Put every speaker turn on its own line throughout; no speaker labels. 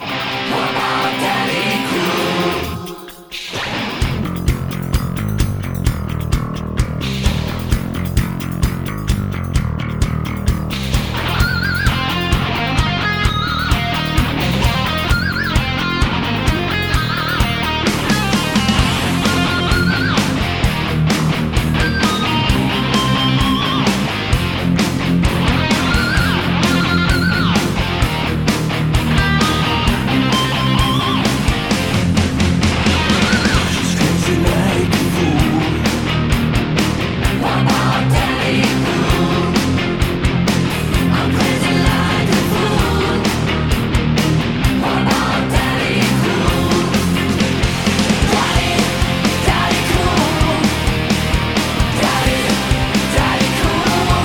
Mama, daddy, cool. She's crazy like a fool. Mama, daddy, cool. I'm crazy like a fool. Mama, daddy, cool. Daddy, daddy, cool. Daddy, daddy, cool.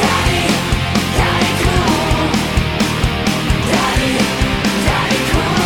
Daddy, daddy, cool. Daddy, daddy, cool.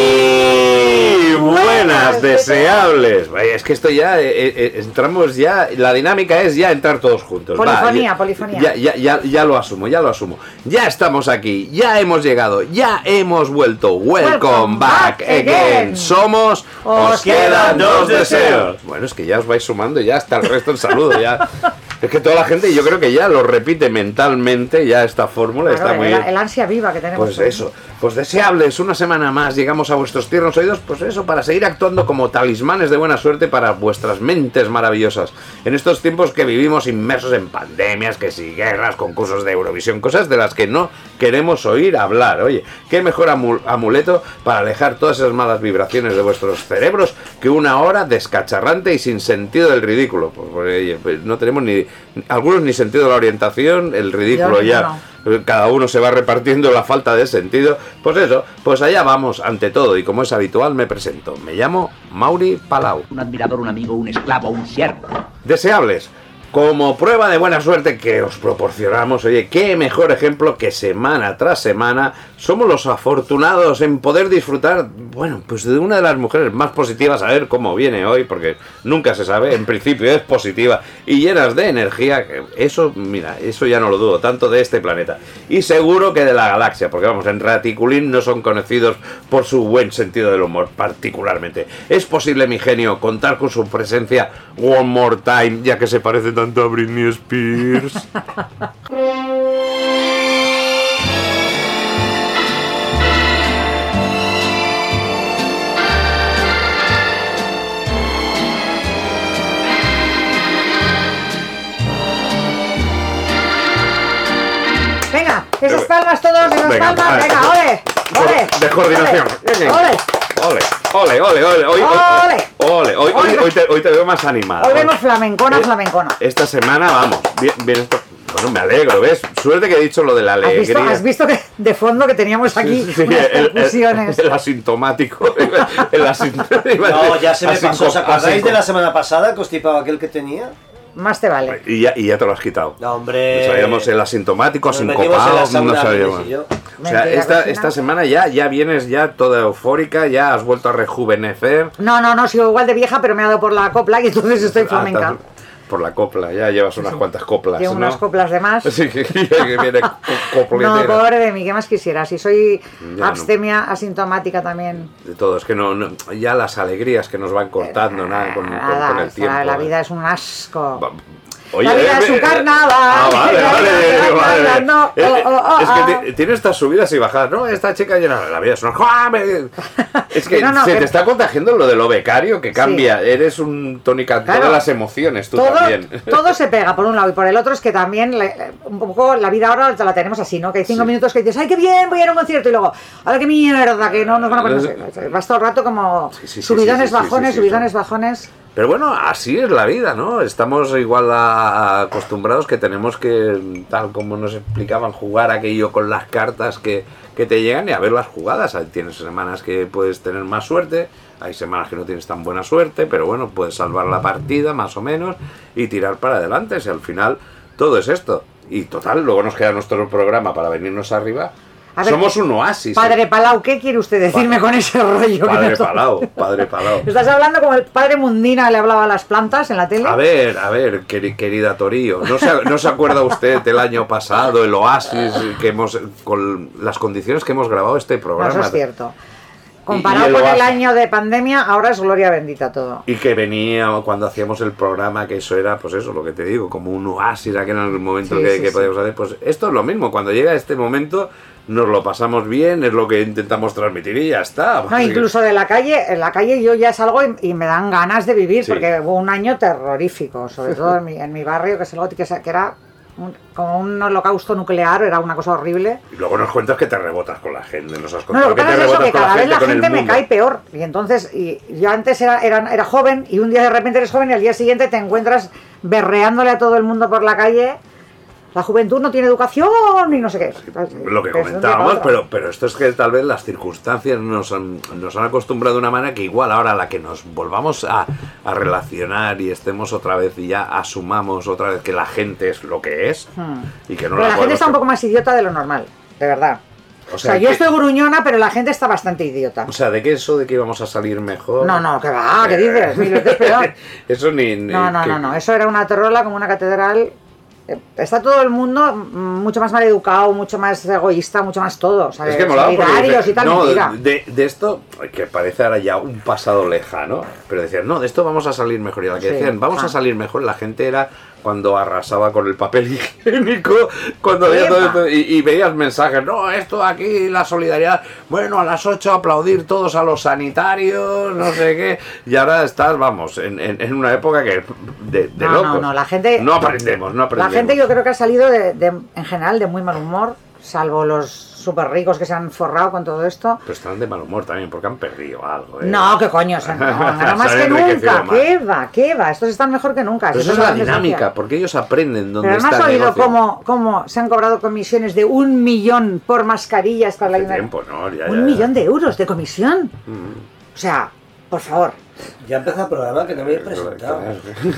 Muy buenas, deseables. Vaya, es que esto ya, eh, eh, entramos ya, la dinámica es ya entrar todos juntos. Va,
Polifonía,
ya-
polifonía.
Ya, ya, ya, ya lo asumo, ya lo asumo. Ya estamos aquí, ya hemos llegado, ya hemos vuelto. Welcome,
Welcome
back,
back
again.
again.
Somos...
Os quedan dos deseos.
Bueno, es que ya os vais sumando ya hasta el resto del saludo, ya... Es que toda la gente, yo creo que ya lo repite mentalmente, ya esta fórmula
Claro,
está muy
el,
bien.
el ansia viva que tenemos.
Pues eso, pues deseables, una semana más llegamos a vuestros tiernos oídos, pues eso, para seguir actuando como talismanes de buena suerte para vuestras mentes maravillosas. En estos tiempos que vivimos inmersos en pandemias, que si guerras, concursos de Eurovisión, cosas de las que no queremos oír hablar. Oye, qué mejor amu- amuleto para alejar todas esas malas vibraciones de vuestros cerebros que una hora descacharrante y sin sentido del ridículo. Pues, pues, oye, pues no tenemos ni, algunos ni sentido de la orientación, el ridículo ya
ninguno.
cada uno se va repartiendo la falta de sentido. Pues eso, pues allá vamos, ante todo, y como es habitual me presento. Me llamo Mauri Palau.
un admirador, un amigo, un esclavo, un siervo.
Deseables. Como prueba de buena suerte que os proporcionamos, oye, qué mejor ejemplo que semana tras semana somos los afortunados en poder disfrutar, bueno, pues de una de las mujeres más positivas, a ver cómo viene hoy, porque nunca se sabe, en principio es positiva y llenas de energía, que eso, mira, eso ya no lo dudo, tanto de este planeta y seguro que de la galaxia, porque vamos, en Raticulín no son conocidos por su buen sentido del humor, particularmente. Es posible, mi genio, contar con su presencia one more time, ya que se parece tanto a Britney Spears.
Venga, esas palmas todos, esas
Venga,
palmas.
vale.
Venga, ole. Ole.
de coordinación.
Ole.
Venga.
ole.
Ole, ole, ole, hoy, hoy, ole, hoy, hoy,
Ole.
hoy te, hoy te veo más animada.
Hoy vemos flamencona,
Eh,
flamencona.
Esta semana, vamos, bien, bien esto. Bueno, me alegro, ¿ves? Suerte que he dicho lo de la
¿Has visto,
alegría.
has visto que de fondo que teníamos aquí
eh, Sí, sí,
unas
el- el-
percusiones?
El, asintomático. el asint- iba a
No,
decir,
ya se me pasó.
asinco-
¿Os acordáis
asinco-
de la semana pasada, constipado aquel que tenía?
Más te vale.
Y ya, y ya te lo has quitado.
No, hombre.
No sabíamos el asintomático,
Nos metimos en
asincopado,
la sauna,
no sabíamos.
Luis y yo.
O sea,
Mentira,
esta,
Cristina.
esta semana ya, ya vienes ya toda eufórica, ya has vuelto a rejuvenecer.
No, no, no, sigo igual de vieja, pero me ha dado por la copla y entonces estoy flamenca.
Ah, Por la copla, ya llevas unas cuantas coplas.
Llevo
¿no?
unas coplas de más.
Sí, que, que viene co-
No,
copletera.
pobre de mí, ¿qué más quisiera? Si soy
no.
abstemia asintomática también.
De todo, es que no, no- ya las alegrías que nos van cortando, nada, con, con-
Eh, Nada,
con
o
el
sea,
tiempo.
la
¿eh?
vida es un asco.
Va- Oye,
La vida
eh,
es un
eh,
carnaval.
Ah, vale,
La
vale,
vida es un
vale.
carnaval. No,
Eh,
oh,
eh,
oh, oh,
es que
ah.
ti- tiene estas subidas y bajadas, ¿no? Esta chica llena la vida es una... ¡Ah, me- Es que
No, no,
se
que-
te está contagiando lo de lo becario que cambia. Eres un tonicantón
Claro.
de las emociones, tú
todo,
también.
todo se pega por un lado y por el otro es que también le- un poco la vida ahora la tenemos así, ¿no? Que hay cinco
Sí.
minutos que dices, ¡ay, qué bien! Voy a ir a un concierto y luego, ¡ahora qué mierda! Que no nos van a poner.
No
no
sé.
sé, Vas todo el rato como
Sí, sí, sí,
subidones,
sí, sí, sí,
bajones,
sí, sí,
subidones,
sí.
bajones.
Pero bueno, así es la vida, ¿no? Estamos igual a- acostumbrados que tenemos que, tal como nos explicaban, jugar aquello con las cartas que, que te llegan y a ver las jugadas. Hay- Tienes semanas que puedes tener más suerte, hay semanas que no tienes tan buena suerte, pero bueno, puedes salvar la partida más o menos y tirar para adelante. Si al final todo es esto. Y total, luego nos queda nuestro programa para venirnos arriba.
A ver,
Somos un oasis.
Padre
¿eh?
Palau, ¿qué quiere usted decirme
Padre-
con ese rollo? que
Padre
nos-
Palau, Padre Palau.
Estás hablando como el padre Mundina le hablaba a las plantas en la tele.
A ver, a ver, queri- querida Torío, ¿no se, ¿no se acuerda usted el año pasado, el oasis, que hemos, con las condiciones que hemos grabado este
No,
programa?
eso es cierto.
Y- y
Comparado
el
con el
oasis.
año de pandemia, ahora es gloria bendita todo.
Y que venía cuando hacíamos el programa, que eso era, pues eso, lo que te digo, como un oasis aquel en el momento
Sí,
que,
sí,
que
sí.
podíamos hacer. Pues esto es lo mismo, cuando llega este momento nos lo pasamos bien, es lo que intentamos transmitir y ya está.
No, incluso de la calle, en la calle yo ya salgo y, y me dan ganas de vivir,
Sí.
porque hubo un año terrorífico, sobre todo en mi, en mi barrio, que es algo que, se- que era un- como un holocausto nuclear, era una cosa horrible.
Y luego nos cuentas que te rebotas con la gente, nos has
No,
contado
lo que
te
pasa es eso,
rebotas
que
con
cada vez la
con el
gente me
mundo.
cae peor. Y entonces, y yo antes era, era, era joven y un día de repente eres joven y al día siguiente te encuentras berreándole a todo el mundo por la calle. La juventud no tiene educación y no sé qué.
lo que
Pero es de un día para
comentábamos,
otro.
pero, pero esto es que tal vez las circunstancias nos han, nos han acostumbrado de una manera que igual ahora a la que nos volvamos a, a relacionar y estemos otra vez y ya asumamos otra vez que la gente es lo que es
Hmm.
y que no
Pero
la,
la gente
podemos-
está un poco más idiota de lo normal, de verdad.
O
O
sea,
sea, yo
que-
estoy gruñona, pero la gente está bastante idiota.
O sea, ¿de qué eso de que íbamos a salir mejor?
No, no, que va, que dices, mil veces peor.
eso ni... ni-
No, no,
eh, que-
no, no, eso era una terrola como una catedral. Eh, Está todo el mundo mm, mucho más mal educado, mucho más egoísta, mucho más todo. o sea,
Es que molaba porque
Eh, solidarios
dice,
y tal,
no,
mentira.
de, de esto, que parece ahora ya un pasado lejano, pero decían, no, de esto vamos a salir mejor. Y la que
Sí,
decían, vamos a
ajá.
salir mejor, la gente era cuando arrasaba con el papel higiénico, cuando
Epa.
veía todo esto, y, y veías mensajes, no, esto aquí, la solidaridad, bueno, a las 8 aplaudir todos a los sanitarios, no sé qué, y ahora estás, vamos, en, en- en una época que de, de
No, no,
locos.
no, la gente-
No aprendemos, no aprendemos.
La gente yo creo que ha salido de, de- en general de muy mal humor, salvo los súper ricos que se han forrado con todo esto.
Pero están de mal humor también, porque han perdido algo. ¿eh?
No, qué coño, o sea, no, han ganado más
Se han
que
enriquecido
nunca.
más.
¿Qué va? ¿Qué va? Estos están mejor que nunca.
Pero esa
si
es
eso
la
es lo que se
dinámica,
hacía.
porque ellos aprenden dónde
Pero no
está
has
el
oído
negocio.
cómo, cómo se han cobrado comisiones de un millón por mascarillas para la
Hace
ayuda.
tiempo, "Pues ¿no? Ya, Mm. ya, ya.
Un millón de euros de comisión. O sea, por favor.
Ya empezó el programa que no me he presentado.
Es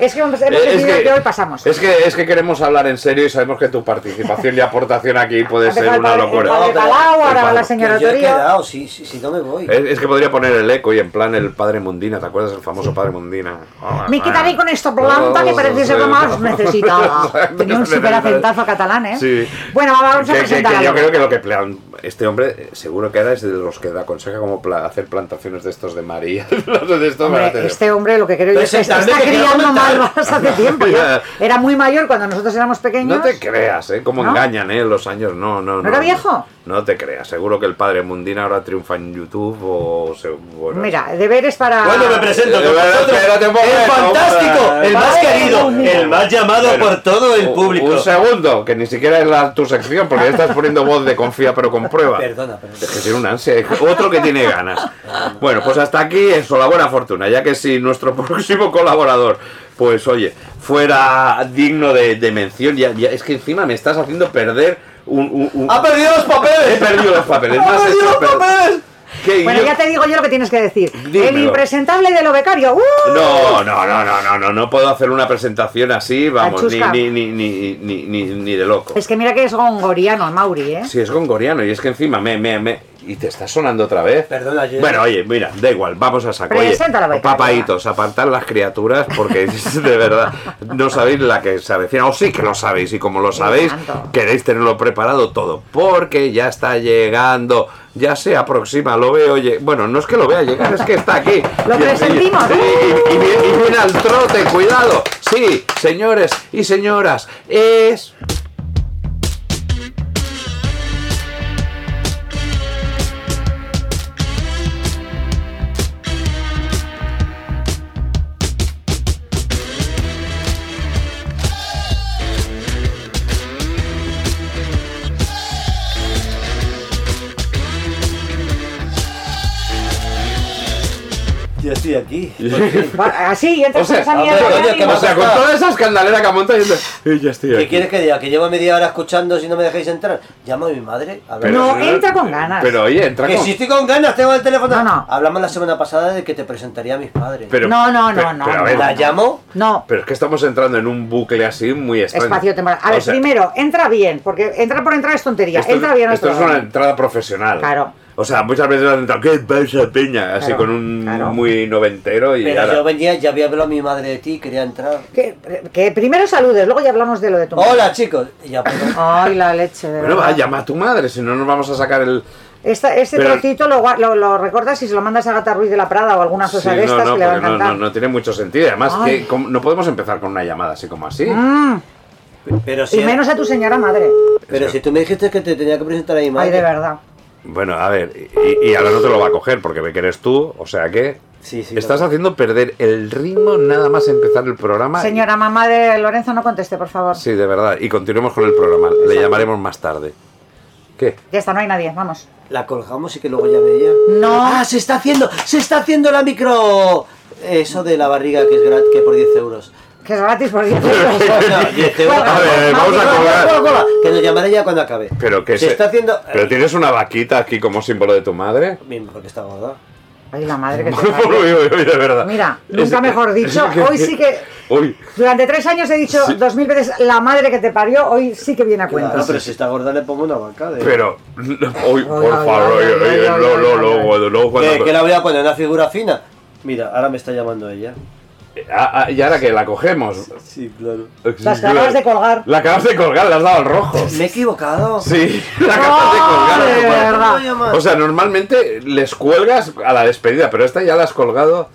Es que hemos, hemos
Eh, que-
decidido que, hoy pasamos.
Es que, es que queremos hablar en serio y sabemos que tu participación y aportación aquí puede
Ha
ser
dejado el
una
padre- el
locura.
padre
No, pero-
Palau, ahora va
Pero
la
Que
señora
yo he
Torío.
quedado, si, si, si no me voy.
Oh, Es, es que podría poner el eco y en plan el padre Mundina, ¿te acuerdas del famoso padre Mundina? oh,
Me quitaré con esta planta que parece ser lo más necesitada. Tenía un super acentazo catalán, ¿eh?
Sí.
Bueno, vamos a
Que- que- que
presentar.
yo
algo.
creo que lo que plan este hombre eh, seguro que ahora es de los que le aconseja como pla- hacer plantaciones de estos de María. los de estos
Hombre,
para tener-
este hombre lo que creo yo es que está
Presentarme, que quiero
criando
comentar.
malvas hace tiempo. ya. Era muy mayor cuando nosotros éramos pequeños.
No te creas, ¿eh? Cómo
¿No?
engañan, ¿eh? Los años, no, no, no.
era viejo?
No te creas, seguro que el padre Mundina ahora triunfa en YouTube o... se- bueno.
Mira, deberes para.
Bueno, me presento con
Eh,
vosotros.
espérate un momento,
El fantástico,
hombre.
el más
Ay,
querido,
Dios mío.
el más llamado
Bueno,
por todo el
un-
público.
Un segundo, que ni siquiera es la, tu sección, porque ya estás poniendo voz de confía pero comprueba.
Perdona, perdona.
Es que tiene un ansia, otro que tiene ganas. Bueno, pues hasta aquí eso, la buena fortuna, ya que si nuestro próximo colaborador, pues oye, fuera digno de, de mención, ya, ya- es que encima me estás haciendo perder un... un- un-
¡Ha perdido los
He
papeles!
perdido los papeles.
¡Ha
más
perdido
esto,
los
pero-
papeles!
¿Qué?
Bueno,
Yo-
ya te digo yo lo que tienes que decir. El
Dímelo.
impresentable de lo becario. ¡Uh!
No, no, no, no, no, no, no puedo hacer una presentación así, vamos, ni,
Anchusca.
ni, ni, ni, ni, ni, ni de loco.
Es que mira que es gongoriano el Mauri, ¿eh?
Si es gongoriano y es que encima me, me, me... Y te está sonando otra vez.
Perdona, yo-
Bueno, oye, mira, da igual, vamos a saco. Oye,
Preséntala, becaria.
papaitos, apartad las criaturas porque de verdad no sabéis la que se avecina. O sí que lo sabéis y como lo sabéis,
tanto.
queréis tenerlo preparado todo. Porque ya está llegando, ya se aproxima, lo veo, oye. Bueno, no es que lo vea llegar, es que está aquí.
Lo
Y- y-
presentimos. ¿eh?
sí, Y, y viene- y viene al trote, cuidado. Sí, señores y señoras, es...
Yo estoy estoy aquí.
Va, Así, y entras
O sea,
con esa
a ver,
mierda.
oye,
ya
que
O
y-
sea, con toda esa escandalera que ha montado, yo te- y ya estoy
¿Qué
aquí.
quieres que diga? ¿Que llevo media hora escuchando si no me dejáis entrar? Llamo a mi madre. A ver.
Pero- No, eh. entra con ganas.
Pero oye, entra
que
con
si estoy con ganas, tengo el teléfono.
No, no.
Hablamos la semana pasada de que te presentaría a mis padres.
pero-
No, no, no,
pero-
no,
Pero, a
no.
ver,
¿La llamo?
No,
pero es que estamos entrando en un bucle así muy extraño.
espacio temporal. A
O
ver,
sea,
primero, entra bien, porque entrar por entrar es tontería.
Esto,
entra bien
esto
otro
es una
lado.
entrada profesional.
Claro.
O sea, muchas veces has entrado, ¿qué pasa, peña? Así
Claro,
con un
claro.
muy noventero y
Pero
ahora-
yo venía, ya había hablado a mi madre de ti, quería entrar.
Que, que primero saludes, luego ya hablamos de lo de tu madre.
Hola chicos. Y ya, pues,
Ay, la leche, de
Bueno,
verdad.
va, llama a tu madre, si no nos vamos a sacar el...
Esta- este
Pero-
trocito lo, gua- lo- lo recortas y se lo mandas a Gata Ruiz de la Prada o alguna cosa
Sí,
de estas
no, no,
que le va a
porque no,
encantar.
no, no tiene mucho sentido. Además,
Ay.
que como- no podemos empezar con una llamada así como así.
Mm,
pero
y
si,
menos a tu señora madre.
pero si tú me dijiste que te tenía que presentar a mi madre.
Ay, de verdad.
Bueno, a ver, y, y ahora no te lo va a coger porque ve que eres tú, o sea que...
Sí, sí,
Estás
claro.
haciendo perder el ritmo nada más empezar el programa.
Señora mamá de Lorenzo, no conteste, por favor.
Sí, de verdad. Y continuemos con el programa. Le llamaremos más tarde. ¿Qué?
Ya está, no hay nadie, vamos.
La colgamos y que luego llame ella.
No.
¡Ah! ¡Se está haciendo! ¡Se está haciendo la micro! Eso de la barriga que es gratis, que por 10 euros.
Que es gratis por 10 euros.
No, 10 euros.
A
ver, vamos a
Cola,
colgar.
cola, cola. Que nos llamará ella cuando acabe.
Pero que
se, está haciendo. eh,
Pero tienes una vaquita aquí como símbolo de tu madre.
Bien, porque está gorda.
Ay, la madre que te
Uy,
parió.
uy, uy, de verdad.
Mira,
Es-
nunca mejor dicho,
es que-
hoy sí que...
Uy,
Durante tres años he dicho dos mil veces la madre que te parió, hoy Ah, sí que viene a cuento.
Claro, pero si está gorda le pongo una banca de.
pero. Uy, por
ay,
favor,
ay,
oye,
ay,
oye,
ay,
no,
ay,
no,
ay,
no,
ay.
cuando- no, cuando-
¿Qué, qué la voy a poner? ¿Una figura fina? Mira, ahora me está llamando ella.
Ah, ah, Y ahora que la cogemos.
Sí, claro.
Las acabas de colgar.
La acabas de colgar, la has dado al rojo.
Me he equivocado. Ah,
Sí, la acabas de colgar. a tu
Ay,
madre.
de verdad.
No voy a llamar.
O sea, normalmente les cuelgas a la despedida, pero esta ya la has colgado.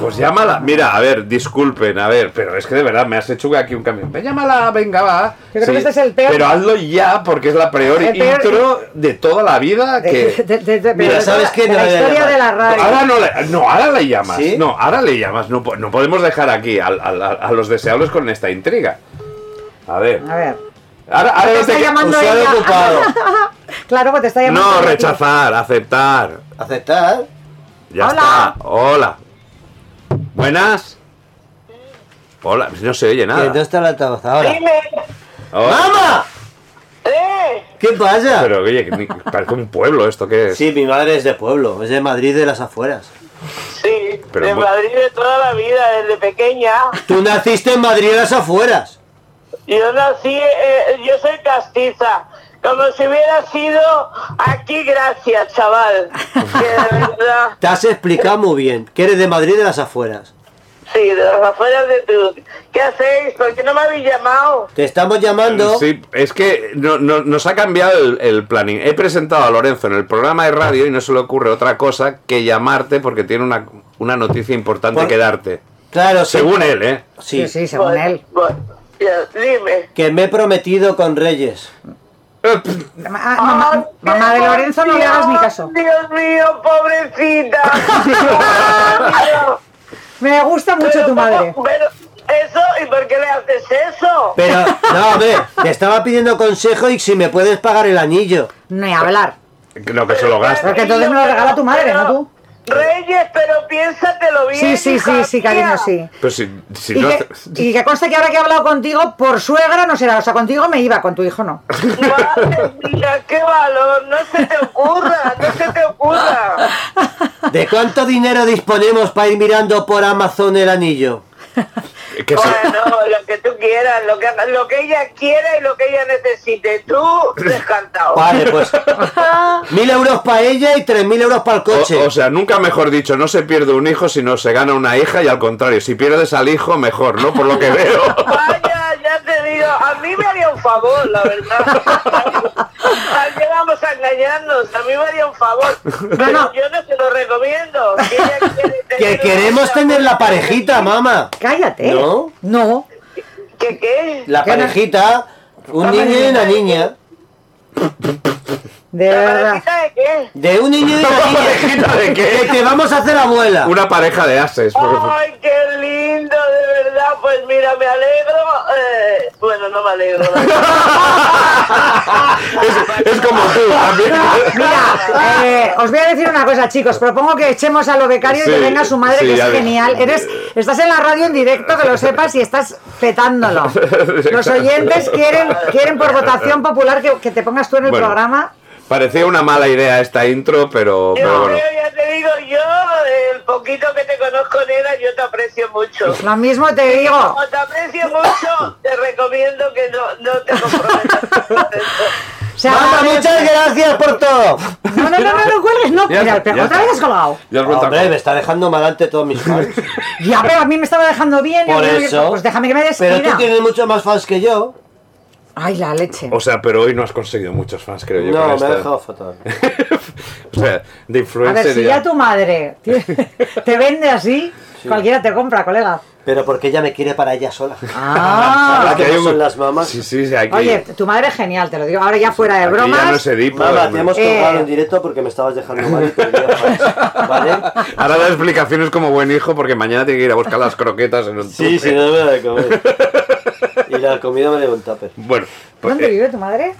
Pues llámala. Mira, a ver, disculpen, a ver, pero es que de verdad me has hecho aquí un cambio. Ve, Llámala, venga, va.
Yo creo que este es el peor-
Pero hazlo ya, porque es la peor
El peor-
intro de toda la vida que.
De- de- de- de-
Mira,
de-
¿sabes
de-
qué?
de
No
la
le voy a
historia
llamar.
de la radio.
Ahora no, le, no, ahora le llamas.
¿Sí?
No, ahora le llamas. No, po- no podemos dejar aquí al- al- al- a los deseables con esta intriga. A ver.
A ver.
Ahora, ahora
Te
no te-
está llamando
Usuario
ella.
ocupado.
Claro, pues te está llamando.
No,
ella a ti.
rechazar, aceptar.
¿Aceptar?
Ya
Hola.
está. Hola. Buenas. Hola, no se oye
Que no
nada.
está el altavoz ahora.
Dime,
Hola.
¡Mamá!
¿eh?
¿Qué pasa?
Pero oye, que ni- parece un pueblo esto que es.
Sí, mi madre es de pueblo, es de Madrid de las afueras.
Sí,
Pero
de
mu-
Madrid de toda la vida, desde pequeña.
Tú naciste en Madrid de las afueras.
Yo nací, eh, yo soy castiza. Como si hubiera sido aquí, gracias, chaval. Que de verdad,
Te has explicado muy bien que eres de Madrid de las afueras.
sí, de las afueras de tu. ¿Qué hacéis? ¿Por qué no me habéis llamado?
Te estamos llamando.
Sí, es que no- no- nos ha cambiado el, el planning. He presentado a Lorenzo en el programa de radio y no se le ocurre otra cosa que llamarte porque tiene una, una noticia importante
Por-
que darte.
Claro, sí.
Según él, ¿eh?
Sí,
Sí, sí, según
Bueno,
él.
bueno, ya, dime.
Que me he prometido con Reyes.
Ma- ah, mamá, mamá de Lorenzo, no le hagas ni caso.
Dios mío, pobrecita. Dios mío.
Me gusta mucho
Pero
tu madre.
¿cómo? Pero eso, ¿y por qué le haces eso?
Pero, no, hombre, te estaba pidiendo consejo y si me puedes pagar el anillo.
Ni hablar.
No, que se lo gasta.
Porque entonces me lo regala tu madre, ¿no tú?
Reyes, pero piénsatelo bien.
Sí, sí, sí,
hija
sí, cariño,
mía.
sí.
Pero si, si
Y
no...
que, y que conste que ahora que he hablado contigo, por suegra no será. O sea, contigo me iba, con tu hijo no.
Madre mía, qué valor. No se te ocurra, no se te ocurra.
¿De cuánto dinero disponemos para ir mirando por Amazon el anillo?
que se-
Bueno, lo que tú quieras, lo que, lo que ella quiera y lo que ella necesite. Tú, descantado.
Vale, pues. Mil euros para ella y tres mil euros para el coche.
O, o sea, nunca mejor dicho, no se pierde un hijo, sino se gana una hija y al contrario, si pierdes al hijo, mejor, ¿no? Por lo que veo.
Vaya, ya te digo, a mí me haría un favor, la verdad. ¿A qué vamos a engañarnos? A mí me haría un favor. Pero
no.
yo no se lo recomiendo. que ella quiere
que
tener
queremos
una-
tener la parejita, mamá.
Cállate.
¿No?
No.
¿Qué qué?
La
Que no-
parejita, un
Vamos a
niño y
ver.
una niña.
De
¿La
verdad.
parejita de qué?
De un niño y una
¿Una
niña.
parejita de
Que
qué?
te vamos a hacer abuela.
Una pareja de ases. porque-
Ay, qué lindo, de verdad. Pues mira, mira, me alegro. eh, bueno, no me alegro. la verdad.
es, es como tú también.
Mira, eh, os voy a decir una cosa, chicos. Propongo que echemos a los becarios y
Sí,
que venga su madre,
sí,
que es
ya vi.
genial. Eres, estás en la radio en directo, que lo sepas, y estás petándolo. Los oyentes quieren, quieren por votación popular que, que te pongas tú en el
Bueno.
programa.
Parecía una mala idea esta intro, pero,
Yo
pero bueno.
creo, ya te digo, yo, el poquito que te conozco, nena, yo te aprecio mucho.
Lo mismo te digo.
Como te aprecio mucho, te recomiendo que no, no te comprometas. con esto.
O sea,
Manda, muchas gracias por todo.
No, no, no, no, no cuelgues, no.
Ya
Mira,
está,
pero
ya
otra
está.
vez has colgado.
Ya has vuelto a-
Hombre, me está dejando mal ante todos mis fans.
Ya, pero a mí me estaba dejando bien.
Por
y-
eso.
Pues déjame que me despida.
Pero tú tienes muchos más fans que yo.
Ay, la leche.
O sea, pero hoy no has conseguido muchos fans, creo yo.
No,
con
me
esta.
ha dejado fatal.
o sea, de
A
influencer.
ver, si
ya-
ya tu madre te te vende así, cualquiera te compra, colega.
Pero porque ella me quiere para ella sola.
Ah.
Ahora que
Aquí hay
no
un-
son las mamás.
Sí, sí, sí, aquí.
Oye, tu madre es genial, te lo digo. Ahora ya fuera de
aquí ya no
bromas.
es Edipo,
Mamá, te
hermano.
hemos colgado
Eh.
en directo porque me estabas dejando mal y te envío fans, ¿Vale?
Ahora da explicaciones como buen hijo porque mañana tiene que ir a buscar las croquetas en un
Sí,
tupper.
sí, no me la de comer. Y la comida me la llevo en tupper.
Bueno, pues,
¿Dónde
eh,
vive tu madre?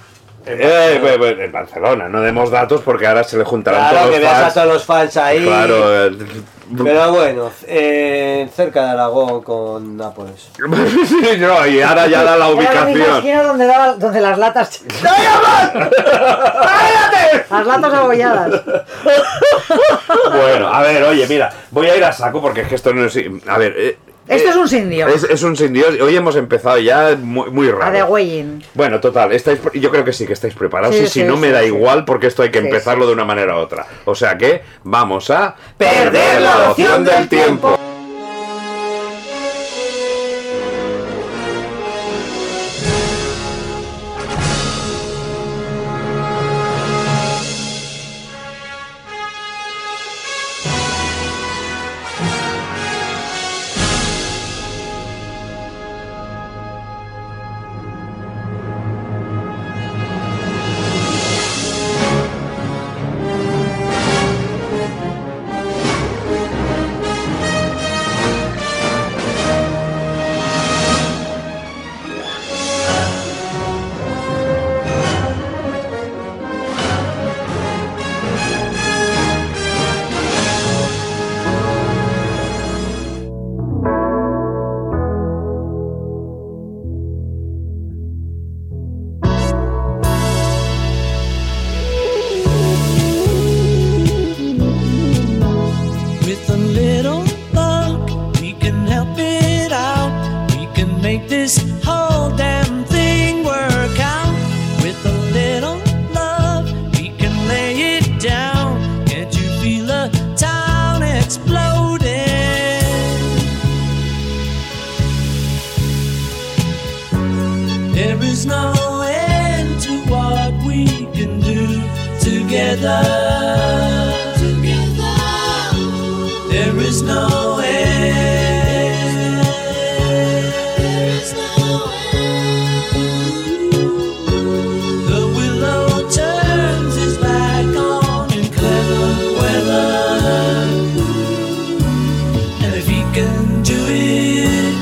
eh, bueno, bueno, en Barcelona, no demos datos porque ahora se le juntarán
Claro,
todos
que
los
veas a
fans.
todos los fans ahí.
Claro, eh,
Pero bueno, eh, cerca de Aragón con Nápoles.
sí, no, y ahora ya da la
Era la misma
ubicación.
esquina donde, daba- donde las latas. Las latas abolladas.
Bueno, a ver, oye, mira, voy a ir a saco porque es que esto no es. A ver. eh,
Esto
eh,
es un sin Dios.
Es, es un sin Dios. Hoy hemos empezado ya muy, muy raro.
A de Weighing.
Bueno, total, estáis, pre- yo creo que sí que estáis preparados
Sí,
y si
sí,
no me
sí,
da
sí.
igual porque esto hay que
Sí,
empezarlo de una manera u otra. O sea que vamos a
Perder la noción del tiempo.
With a little luck, we can help it out. We can make this whole damn thing work out. With a little love, we can lay it down. Can't you feel the town exploding? There is no end to what we can do together. Together. There is no end. There is no end. The willow turns its back on in clever weather. And if he can do it,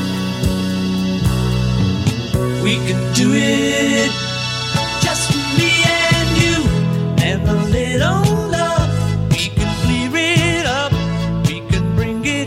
we can do it just me and you and a little love. We can clear it up. We can bring it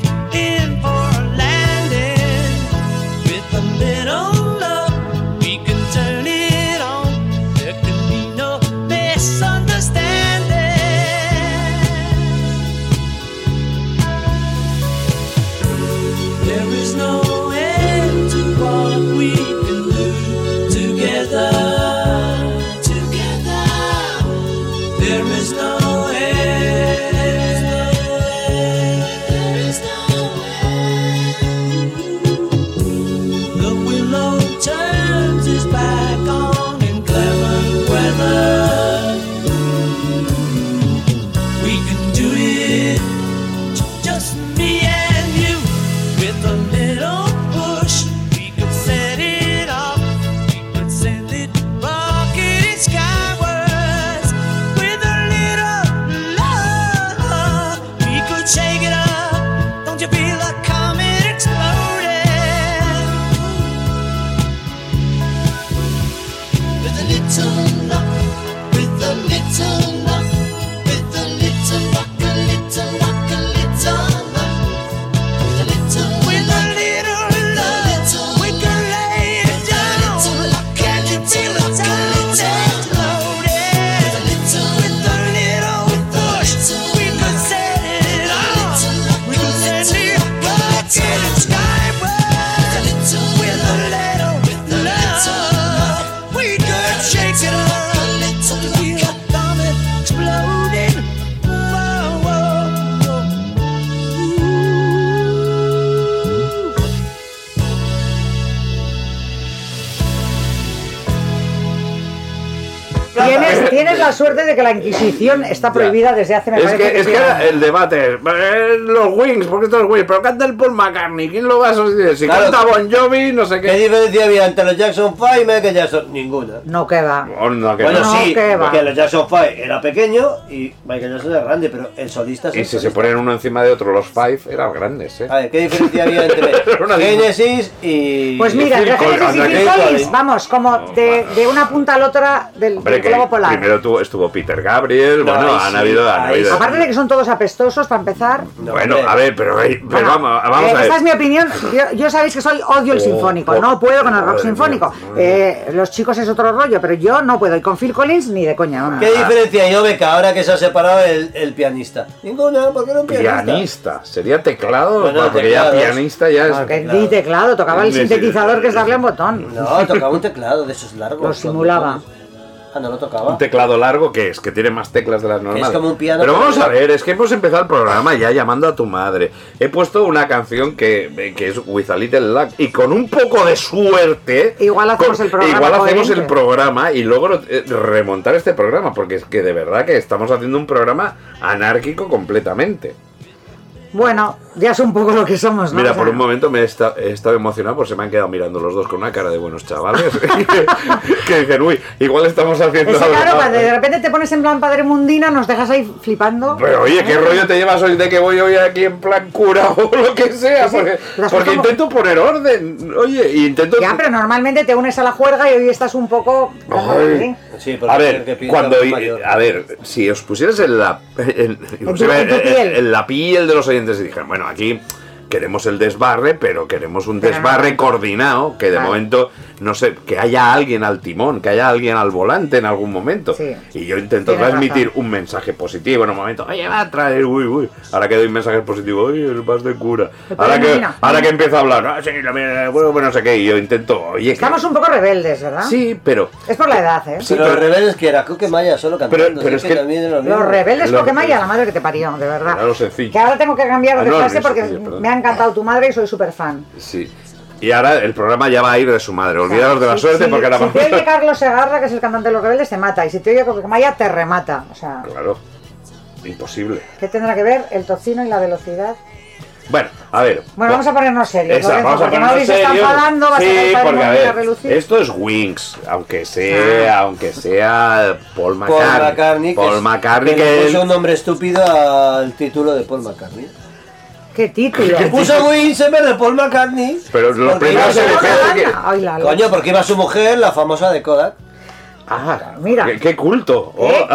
tienes, tienes la suerte de que la Inquisición está prohibida desde hace, me
es
parece
que, es que
sí,
era el debate es, eh, los Wings, ¿por qué están los Wings? Pero canta el Paul McCartney, ¿quién lo va a sustituir? Si
Claro.
canta Bon Jovi, no sé
¿Qué
qué.
diferencia había entre los Jackson 5 y Michael Jackson? Ninguna.
No, que va.
Onda que
Bueno,
Oh, no.
No,
sí,
que va.
porque los Jackson 5 era pequeño y Michael Jackson era grande, pero el solista es
Y
el
si se
solista.
ponen uno encima de otro, los Five eran grandes, ¿eh?
A ver, ¿qué diferencia había entre
Era una misma.
Genesis y.
Pues mira,
Phil
entre
Collins,
Genesis y
Andrea
Phil
Collins.
Collins, vamos, como de, de una punta a la otra del,
Hombre,
del
que
globo polar.
primero tuvo- estuvo Peter Gabriel,
No,
bueno,
ahí
han
sí,
habido... han
ahí
habido-
sí.
Aparte de que son todos apestosos, para empezar.
No,
bueno,
hombre.
a ver, pero, ahí- pero
Bueno,
vamos, vamos
eh,
a ver.
Esta es mi opinión. Yo, yo sabéis que soy odio el
Oh,
sinfónico.
oh,
no puedo con el rock
madre mía,
sinfónico.
madre
Eh, los chicos es otro rollo, pero yo no puedo. Y con Phil Collins ni de coña. vamos.
¿Qué diferencia hay, Obeca, ahora que se ha separado el, el pianista? Ninguna, porque era un pianista.
Pues Pianista, sería teclado,
Bueno,
porque
teclados.
ya pianista ya es...
Ah,
Que
Claro.
Ni teclado, tocaba el
Ni-
sintetizador que es darle a un botón.
No, tocaba un teclado de esos largos.
Lo simulaba.
Ah, no lo tocaba.
Un teclado largo que es, que tiene más teclas de las normales.
como un piano,
Pero
pero-
vamos a ver, es que hemos empezado el programa ya llamando a tu madre. He puesto una canción que, eh, que es With a Little Luck y con un poco de suerte.
Igual hacemos el programa
Igual hacemos el
coherente.
programa y logro eh, remontar este programa porque es que de verdad que estamos haciendo un programa anárquico completamente.
Bueno, ya es un poco lo que somos, Pues ¿no?
Mira,
O sea,
por un momento me he, esta- he estado emocionado porque se me han quedado mirando los dos con una cara de buenos chavales. que dicen, uy, igual estamos haciendo
Es que,
algo
claro,
mal".
cuando de repente te pones en plan padre mundina, nos dejas ahí flipando. ¿Eh?
Pero oye, ¿qué rollo te llevas hoy de que voy hoy aquí en plan cura o lo que sea?
Sí, sí.
Porque, porque
Las cosas como-
intento poner orden. Oye, y intento...
Ya, pero normalmente te unes a la juerga y hoy estás un poco.
Ay.
¿eh?
Sí, porque
A
el que
ver,
pinta
cuando,
es mayor.
a ver, si os pusieras en la, en, inclusive
en tu
en-
piel.
en la piel de los oyentes y dijeran, bueno, aquí queremos el desbarre, pero queremos un
Pero no.
desbarre coordinado, que de
Vale.
momento, no sé, que haya alguien al timón, que haya alguien al volante en algún momento.
Sí.
Y yo intento
Tienes
transmitir un mensaje positivo en un momento. Oye, va a traer, uy, uy. Ahora que doy un mensaje positivo, oye, el vas de cura.
El padre
Ahora que,
Molina.
ahora que empiezo a hablar, ah, sí, la mierda, bueno, bueno, no sé qué, y yo intento, oye, que-
Estamos un poco rebeldes, ¿verdad?
Sí, pero...
Es por la edad, ¿eh?
Sí,
Pero los
pero-
rebeldes que era Coque Maya solo cantando.
Pero- pero
sí
es que-
también era lo mismo.
Los rebeldes,
Los
porque me
rebeldes.
la madre que te parió, de verdad.
Era lo sencillo.
Que ahora tengo que cambiar de
Ah, no,
frase
eso
porque
sí, perdón.
me ha encantado tu madre y soy súper fan.
Sí. Y ahora el programa ya va a ir de su madre. Olvidaros Pues de la suerte porque ahora
Si
vamos
te oye Carlos Segarra, que es el cantante de Los Rebeldes, te mata. Y si te oye Coquemaya, te remata. O sea,
Claro. Imposible.
¿qué tendrá que ver el tocino y la velocidad?
Bueno, a ver.
Bueno, vamos a ponernos serios.
Esa,
Lorenzo,
vamos a
porque
ponernos
Mauri se está
serios.
enfadando, va a sacar
Sí,
el padre
porque a
Molina a
ver,
relucir. Ah.
esto es Wings, aunque sea, aunque sea Paul
Paul
McCartney.
McCartney. que es-
Paul McCartney,
que le
que
puso
es-
un nombre estúpido al título de Paul McCartney.
¡Qué título!
Le puso Wings en vez de Paul McCartney.
Pero los
porque
primeros
iba su
LP
mujer-
que-
Ay, la leche.
Coño, porque iba su mujer, la famosa de Kodak.
Ah,
Mira.
Qué, qué culto. Oh.
¿Eh?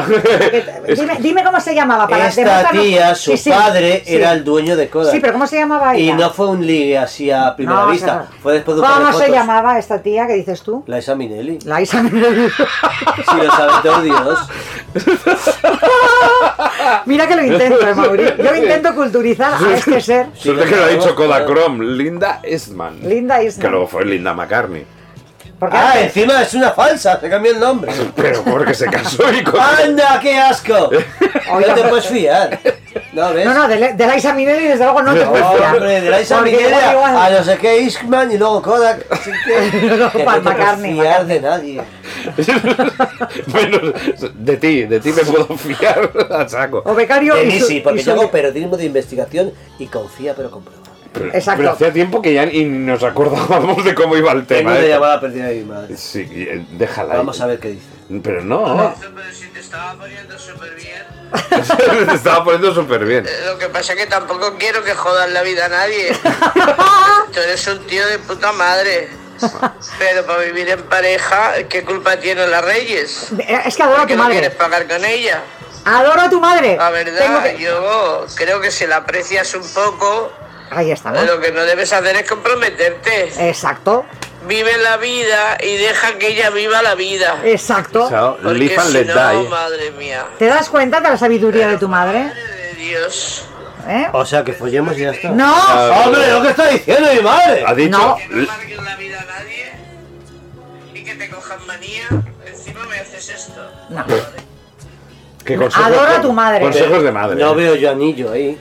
Porque- Dime, dime cómo se llamaba para
Esta
demostrarnos-
tía, su
Sí, sí,
padre,
sí.
era el dueño de Kodak.
Sí, pero ¿cómo se llamaba
Y
ella?
no fue un ligue así a primera
No,
vista.
se-
Fue después de un par de
¿Cómo se
fotos.
llamaba esta tía que dices tú?
La Isa Minelli.
La Isa Menezes.
Si lo sabe todo Dios.
Mira que lo intento, eh, Mauri. Yo intento culturizar a este ser.
Suerte que lo ha dicho Kodachrome, Linda Eastman.
Linda Eastman.
Que luego fue Linda McCartney.
Porque
Ah,
antes-
encima es una falsa, se cambió el nombre.
Pero porque se casó y con...
¡Anda, qué asco!
Oye,
No te
pero-
puedes fiar. No, ¿ves?
No, no, de, de la Isa Minelli desde luego no te puedes fiar.
Hombre, de la Isa
Porque
Minelli
igual, igual.
a no sé qué Iskman y luego Kodak. Así que,
No,
que
Paul
no te puedes
McCartney,
fiar de nadie.
Menos de ti, de ti me puedo fiar a saco.
O becario
De
y
mí
su-
sí,
y
porque
su-
yo hago periodismo de investigación y confía pero comprueba.
Pero,
Exacto.
pero hacía tiempo que ya ni nos acordábamos de cómo iba el
Tengo
tema.
una
¿eh?
llamada perdida de mi madre.
Sí, eh, déjala.
Vamos a ver qué dice.
Pero no. Se te estaba poniendo súper bien.
Lo que pasa es que tampoco quiero que jodas la vida a nadie. Tú eres un tío de puta madre. Pero para vivir en pareja, ¿qué culpa tienen las reyes?
Eh, Es que adoro a
¿Por
tu
qué no quieres
madre.
pagar con ella?
Adoro a tu madre.
La
Tengo
verdad,
que-
yo creo que si la aprecias un poco,
Ahí estamos.
lo que no debes hacer es comprometerte.
Eh. Exacto,
Vive la vida y deja que ella viva la vida.
exacto.
Chao,
Porque
live and
si
let
no,
die.
madre mía.
¿Te das cuenta de la sabiduría de tu madre?
Madre de Dios.
¿Eh?
O sea, que follemos y ya está.
¡No!
¡Hombre, lo que está diciendo mi madre!
Ha dicho.
No.
que no marquen la vida a nadie y que te cojan manía, encima me haces esto.
No.
que consejos-
Adoro a tu madre.
Eh,
Consejos de madre. eh.
No veo yo anillo ahí.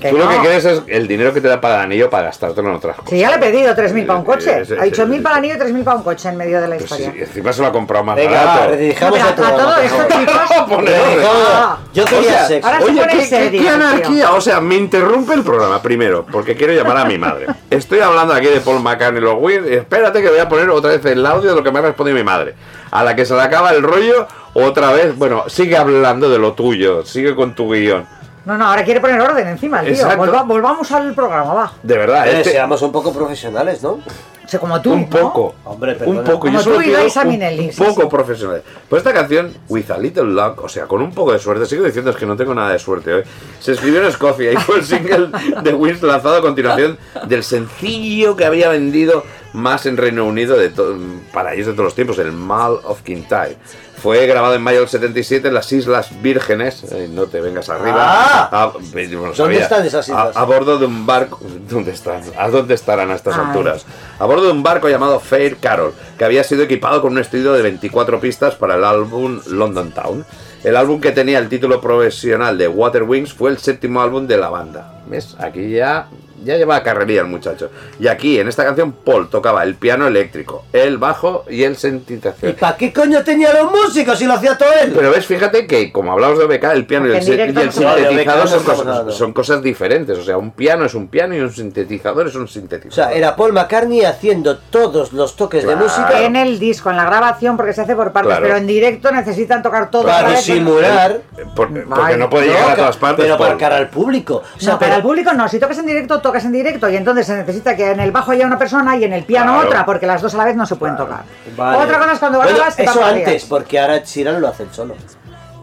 Que
Tú lo que
no.
quieres es el dinero que te da para el anillo para gastártelo en otras cosas.
Sí, ya le he pedido 3.000 para un coche.
Eh, sí,
Ha dicho
sí,
1.000
sí.
para el anillo y 3.000 para un coche en medio de la
Pues sí,
historia.
encima se lo ha comprado más
Venga, va,
barato.
No,
redirigamos
pero a,
a todo.
todo esto, chicos,
Redirigamos. Yo quería
Oye,
sexo.
ahora- se
Oye,
pone
¿qué, qué,
serio,
qué
tío.
anarquía? O sea, me interrumpe el programa primero, porque quiero llamar a mi madre. Estoy hablando aquí de Paul McCartney, los Weird. Espérate que voy a poner otra vez el audio de lo que me ha respondido mi madre. A la que se le acaba el rollo, otra vez, bueno, sigue hablando de lo tuyo, sigue con tu guión.
No, no, ahora quiere poner orden encima, el tío.
Exacto.
Volva- volvamos al programa, va.
De verdad,
Eh,
este-
Seamos un poco profesionales, ¿no?
O sea, como tú.
un
¿no?
poco.
Hombre,
un
perdona.
poco.
Como
Yo solo
tú y
quiero
Liza
un
Minnelli, sí,
poco
sí.
profesional. Pues esta canción, With a Little Luck, o sea, con un poco de suerte, sigo diciendo es que no tengo nada de suerte hoy. Se escribió en Escocia y fue el single de Wings lanzado a continuación del sencillo que había vendido más en Reino Unido de to- para ellos de todos los tiempos, el Mal of Kintyre. Fue grabado en mayo del 77 en las Islas Vírgenes. eh, no te vengas arriba.
Ah.
Ah, eh, bueno,
¿Dónde están esas islas?
A, a bordo de un barco. ¿Dónde están? ¿A dónde estarán a estas
Ay.
alturas? A bordo de un barco llamado Fair Carol, que había sido equipado con un estudio de 24 pistas para el álbum London Town. El álbum que tenía el título profesional de Water Wings fue el séptimo álbum de la banda. ¿Ves? Aquí ya, ya lleva carrería el muchacho. Y aquí, en esta canción, Paul tocaba el piano eléctrico, el bajo y el
¿Y
sintetización.
para qué coño tenía los músicos si lo hacía todo él?
Eh. Pero ves, fíjate que como hablamos de BK, el piano y el,
Porque en
sin-
directo
y el
no se
puede.
sintetizador
No, de
son,
BK no estamos
cosas,
hablando.
son cosas diferentes. O sea, un piano es un piano y un sintetizador es un
O
sintetizador.
sea, era Paul McCartney haciendo todos los toques
Claro.
de música
Claro.
En el disco, en la grabación, porque se hace por partes,
Claro.
pero en directo necesitan tocar todo.
para
otra vez.
disimular.
Eh, Por- porque
Vale.
no puede
No,
llegar a
ca-
todas partes.
Pero para
Paul.
cara al público. O sea,
No, para
pero-
el público no, si tocas en directo, tocas en directo y entonces se necesita que en el bajo haya una persona y en el piano
Claro.
otra, porque las dos a la vez no se pueden tocar.
Vale.
Otra cosa es cuando
Bueno,
grabas, te
Eso
tambaleas.
antes, porque ahora Ed Sheeran lo hacen solo.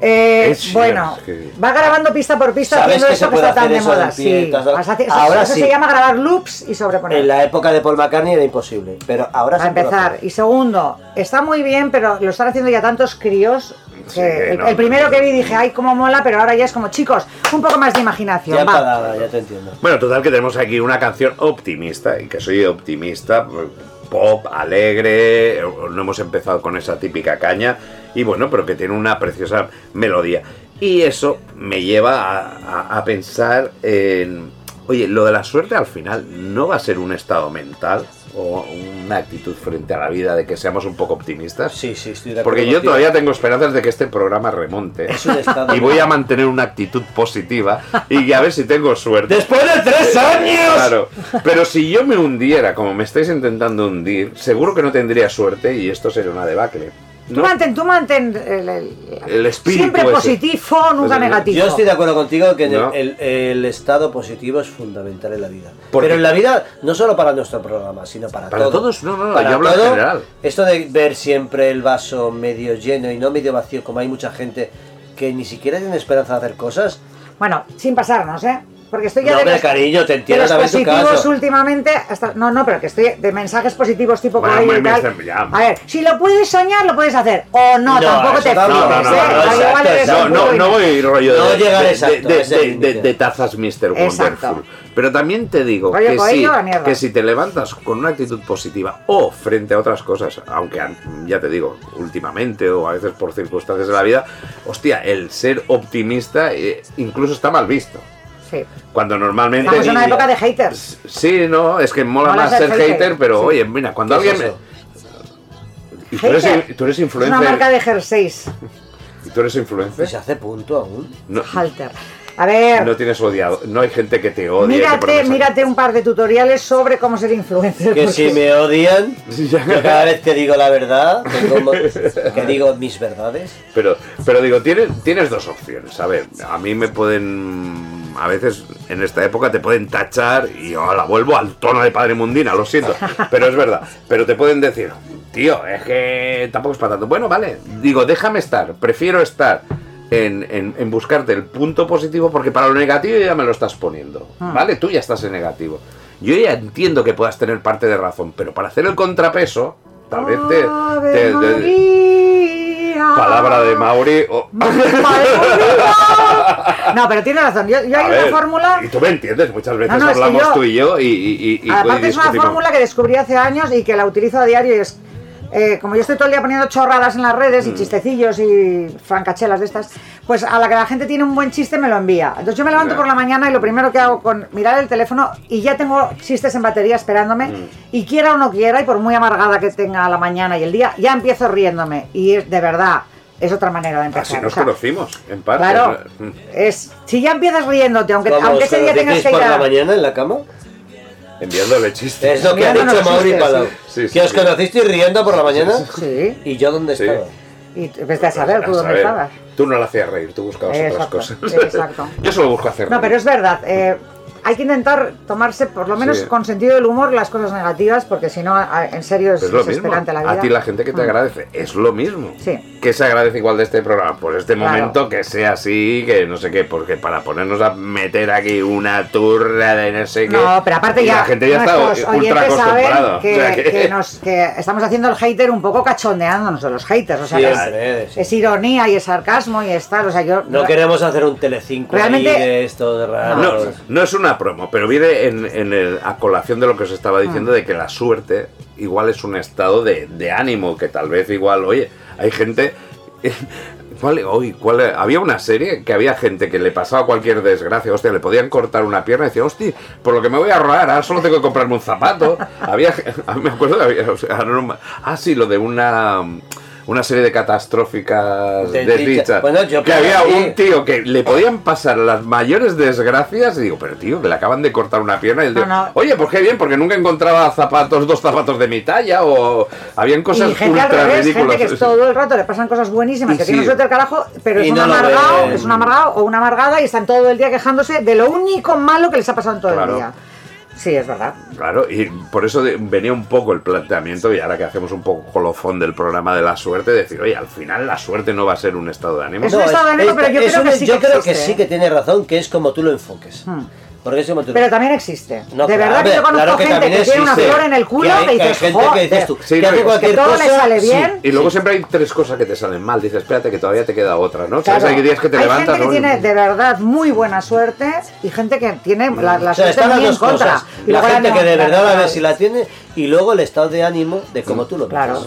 Eh,
Es cierto,
bueno,
es que-
va grabando pista por pista
Sabes
haciendo
que
eso
se
que
puede
está tan
hacer
de
eso en
moda.
pie,
Sí.
entonces,
Vas a hacer- eso-
ahora
eso
sí.
se llama grabar loops y sobreponer.
En la época de Paul McCartney era imposible, pero ahora
Para
se puede
empezar.
hacer.
Y segundo, está muy bien, pero lo están haciendo ya tantos críos. que
Sí,
el,
no,
el primero que vi dije, ay, cómo mola, pero ahora ya es como, chicos, un poco más de imaginación.
Ya
va".
empadada, ya te entiendo.
Bueno, total que tenemos aquí una canción optimista, y que soy optimista, pop, alegre, eh, no hemos empezado con esa típica caña, y bueno, pero que tiene una preciosa melodía. Y eso me lleva a, a- a pensar en, oye, lo de la suerte al final no va a ser un estado mental o una actitud frente a la vida de que seamos un poco optimistas.
Sí, sí, estoy de acuerdo.
Porque yo
contigo.
todavía tengo esperanzas de que este programa remonte.
Es un estado.
Y voy a mantener una actitud positiva y a ver si tengo suerte.
¡Después de tres años!
Claro. Pero si yo me hundiera, como me estáis intentando hundir, seguro que no tendría suerte y esto sería una debacle.
Tú
¿no?
mantén, tú mantén el, el-
El espíritu
Siempre
ese.
positivo, nunca
Pues,
negativo.
Yo estoy de acuerdo contigo que en el-
No.
el, el estado positivo es fundamental en la vida.
¿Por
Pero
qué?
en la vida, no solo para nuestro programa, sino para,
Para
todo.
todos, no, no, no, yo hablo en general.
Esto de ver siempre el vaso medio lleno y no medio vacío, como hay mucha gente que ni siquiera tiene esperanza de hacer cosas.
Bueno, sin pasarnos, ¿eh? Porque estoy ya
No,
de
hombre,
los-
cariño, te
de
entiendo
los
también tu
positivos
caso.
últimamente, hasta, no, no, pero que estoy de mensajes positivos tipo
Bueno,
Claudio y
me- me
tal.
están- ya.
A ver, si lo puedes soñar, lo puedes hacer. O no,
No,
tampoco
eso
te
tampoco,
No,
flipes,
no, no,
¿eh?
no,
Al
exacto,
igual eres
No,
un
no,
ruin.
no voy rollo
No
de,
llegar
de-
exacto,
de-
a ese
de-
límite.
de- de tazas Mr.
Exacto.
Wonderful. Pero también te digo
Rollo
que,
Coelho,
sí,
la mierda.
que si te levantas con una actitud positiva o frente a otras cosas, aunque an- ya te digo, últimamente o a veces por circunstancias de la vida, hostia, el ser optimista eh, incluso está mal visto.
Sí.
Cuando normalmente...
Estamos en una época de haters.
Sí, no, es que mola,
Mola
más
ser
ser hater,
hater,
pero
sí.
oye, mira, cuando
¿Qué
alguien...
es
me-
eso?
Y tú, eres,
Hater.
in- tú eres
Es una marca
influencer.
de jerseys,
¿Y tú eres
Y se
influencer?
Pues hace punto aún.
No,
halter. A ver,
no tienes odiado. No hay gente que te odie. que por
mírate,
ejemplo-
mírate un par de tutoriales sobre cómo ser influencer.
Que
porque-
si me odian,
Sí, ya.
yo cada vez que digo la verdad, tengo mo- que digo mis verdades.
Pero, pero digo, tienes, tienes dos opciones. A ver, a mí me pueden. A veces en esta época te pueden tachar y ahora vuelvo al tono de Padre Mundina, lo siento. Pero es verdad. Pero te pueden decir, tío, es que tampoco es para tanto. Bueno, vale. Digo, déjame estar. Prefiero estar en, en- en buscarte el punto positivo porque para lo negativo ya me lo estás poniendo. ¿Vale? Tú ya estás en negativo. Yo ya entiendo que puedas tener parte de razón, pero para hacer el contrapeso, tal vez te-
Ave
te- te
María.
Palabra de Mauri. o-
No, pero tiene razón. Yo, yo
A
hay
ver,
una fórmula.
Y tú me entiendes, muchas veces
No, no, es que
hablamos
yo-
tú y yo y. y, y- y-
Aparte
y
es una
discutimos.
fórmula que descubrí hace años y que la utilizo a diario y es...
Mm.
eh, como yo estoy todo el día poniendo chorradas en las redes y chistecillos y francachelas de estas, pues a la que la gente tiene un buen chiste me lo envía. Entonces yo me levanto
Ya.
por la mañana y lo primero que hago con mirar el teléfono y ya tengo chistes en batería esperándome
Mm.
y quiera o no quiera y por muy amargada que tenga la mañana y el día, ya empiezo riéndome y es de verdad, es otra manera de empezar.
Así Ah, nos
o sea,
conocimos, en parte.
Claro,
Mm.
es, si ya empiezas riéndote, aunque,
Vamos,
aunque ese
¿os
día tengas
conocéis
que ir
por
a-
la mañana en la cama?
Enviándole chistes.
Es lo que ha
Mirándonos
dicho Mauri
chistes,
Palau.
sí.
Sí, sí,
que os
sí.
conocisteis riendo por la mañana.
Sí,
¿Y yo dónde
Sí.
estaba?
y te- vete a saber tú
A
dónde
saber,
estabas.
Tú no la hacías reír, tú buscabas
Exacto,
otras cosas.
exacto.
Yo solo busco hacer
No,
reír.
pero es verdad. eh, hay que intentar tomarse, por lo menos
Sí.
con sentido del humor, las cosas negativas, porque si no, a- en serio es,
Pero es lo mismo.
desesperante la vida.
A ti la gente que te
Mm.
agradece es lo mismo.
Sí.
¿Qué se agradece igual de este programa? Por este
Claro.
momento que sea así, que no sé qué, porque para ponernos a meter aquí una turra de no sé qué.
No, pero aparte
y
ya
la gente ya está
nuestros
ultra
oyentes
acostumbrada.
saben
O
que,
sea que-
que nos- que estamos haciendo el hater un poco cachondeándonos de los haters. O sea,
Sí,
que
hombre,
es,
sí.
es ironía y es sarcasmo y es tal. O sea, yo...
No queremos hacer un telecinco
Realmente-
ahí de esto de raro.
No, no es una promo, pero viene en, en el- a colación de lo que os estaba diciendo
Ah.
de que la suerte igual es un estado de, de ánimo, que tal vez igual, oye, hay gente... ¿Cuál, hoy, cuál, había una serie que había gente que le pasaba cualquier desgracia, hostia, le podían cortar una pierna y decía, hostia, por lo que me voy a ahorrar, ahora solo tengo que comprarme un zapato. había, a mí me acuerdo, que había, o sea, ahora no me- ah, sí, lo de una, una serie de catastróficas
Desdicha.
desdichas.
Bueno, yo
que
creo
había
que sí.
un tío tío, que le podían pasar las mayores desgracias. Y digo, pero tío, que le acaban de cortar una pierna. Y el tío,
No, no.
oye, pues qué bien, porque nunca encontraba zapatos, dos zapatos de mi talla. O habían
y
cosas
gente al
ultra
revés,
ridículas.
gente que es todo el rato le pasan cosas buenísimas,
Y
que
sí.
tiene suerte el carajo, pero
Y
es un
no lo
amargado,
ven.
es un amargado o una amargada y están todo el día quejándose de lo único malo que les ha pasado en todo
Claro.
el día. Sí, es verdad.
Claro, y por eso de- venía un poco el planteamiento, y ahora que hacemos un poco colofón del programa de la suerte, decir, oye, al final la suerte no va a ser un estado de ánimo.
Es un estado de ánimo, pero yo creo
un-
que sí
yo
que
creo que
existe,
sí
¿eh?
que tiene razón, que es como tú lo enfoques. Porque es como tú lo
Pero también existe.
No,
de verdad
claro, a ver,
que yo conozco
claro que
gente que
también
tiene una
existe.
flor en el culo
Que hay-
que
que hay
dices,
gente que dices
"Joder,
tú,
Sí,
que
no,
hace
es que
cualquier
todo le
cosa.
sale
sí.
bien.
Y luego siempre hay tres cosas que te salen mal. Dices, espérate que todavía te queda otra, ¿no?
claro,
¿Sabes? Hay días que te
hay
levantas.
gente que
¿no?
tiene de verdad muy buena suerte y gente que tiene la, la
O sea,
suerte
están las
muy en
dos
contra.
cosas.
Y
La
luego
gente
no-
que de
la-
verdad a
la-
ver si la tiene y luego el estado de ánimo de cómo tú lo ves.
Claro.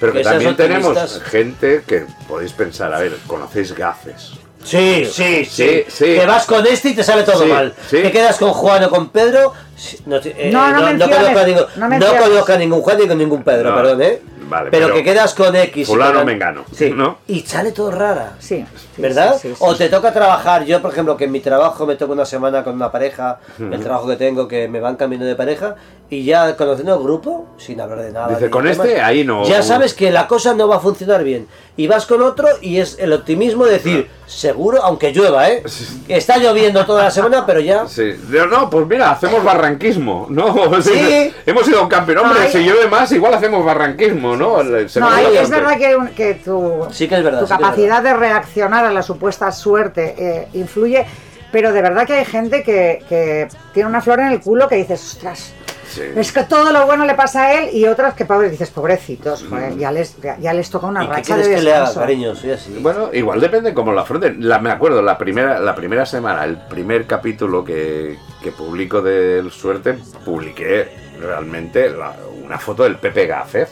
Pero que
Esas
también tenemos
optimistas-
gente que podéis pensar, a ver, conocéis gafes.
Sí, sí, sí,
Sí, sí.
Que vas con este y te sale todo
Sí,
mal.
sí.
Te quedas con Juan o con Pedro. sí, No, te- eh,
No, no menciones,
conozco a ningún,
no
no
menciones.
conozco a ningún Juan ni con ningún Pedro,
No.
perdón, ¿eh?
Vale,
pero,
pero
que quedas con X. y
fulano
con-
mengano,
Sí.
¿no?
Y sale todo rara.
Sí, sí,
¿Verdad?
sí, sí, sí.
O te toca trabajar, yo por ejemplo, que en mi trabajo me toca una semana con una pareja, el trabajo que tengo, que me van cambiando de pareja, y ya conociendo el grupo, sin hablar de nada.
Dice,
ni
con
de
este,
temas,
ahí no-
Ya sabes que la cosa no va a funcionar bien. Y vas con otro y es el optimismo de decir, seguro, aunque llueva, ¿eh? Está lloviendo toda la semana, pero ya...
Sí. No, no, pues mira, hacemos barranquismo, ¿no? O sea,
Sí.
Hemos ido a un campeón. Hombre,
No, hay-
si llueve más, igual hacemos barranquismo, ¿no? El- se
No,
nos va
ahí
la
es
gente.
verdad que, hay un- que tu,
Sí que es verdad,
tu
sí que es
capacidad de reaccionar a la supuesta suerte eh, influye, pero de verdad que hay gente que, que tiene una flor en el culo que dices, ostras,
Sí.
es que todo lo bueno le pasa a él y otras que pobres dices, pobrecitos, joder, ya, les, ya, ya les toca una
Mm. ¿Y qué
racha
quieres
de
que le haga,
descanso.
cariño? Soy así.
Bueno, igual depende como la afronten. La, me acuerdo, la primera, la primera semana, el primer capítulo que, que publico del Suerte, publiqué realmente la- una foto del Pepe Gafez.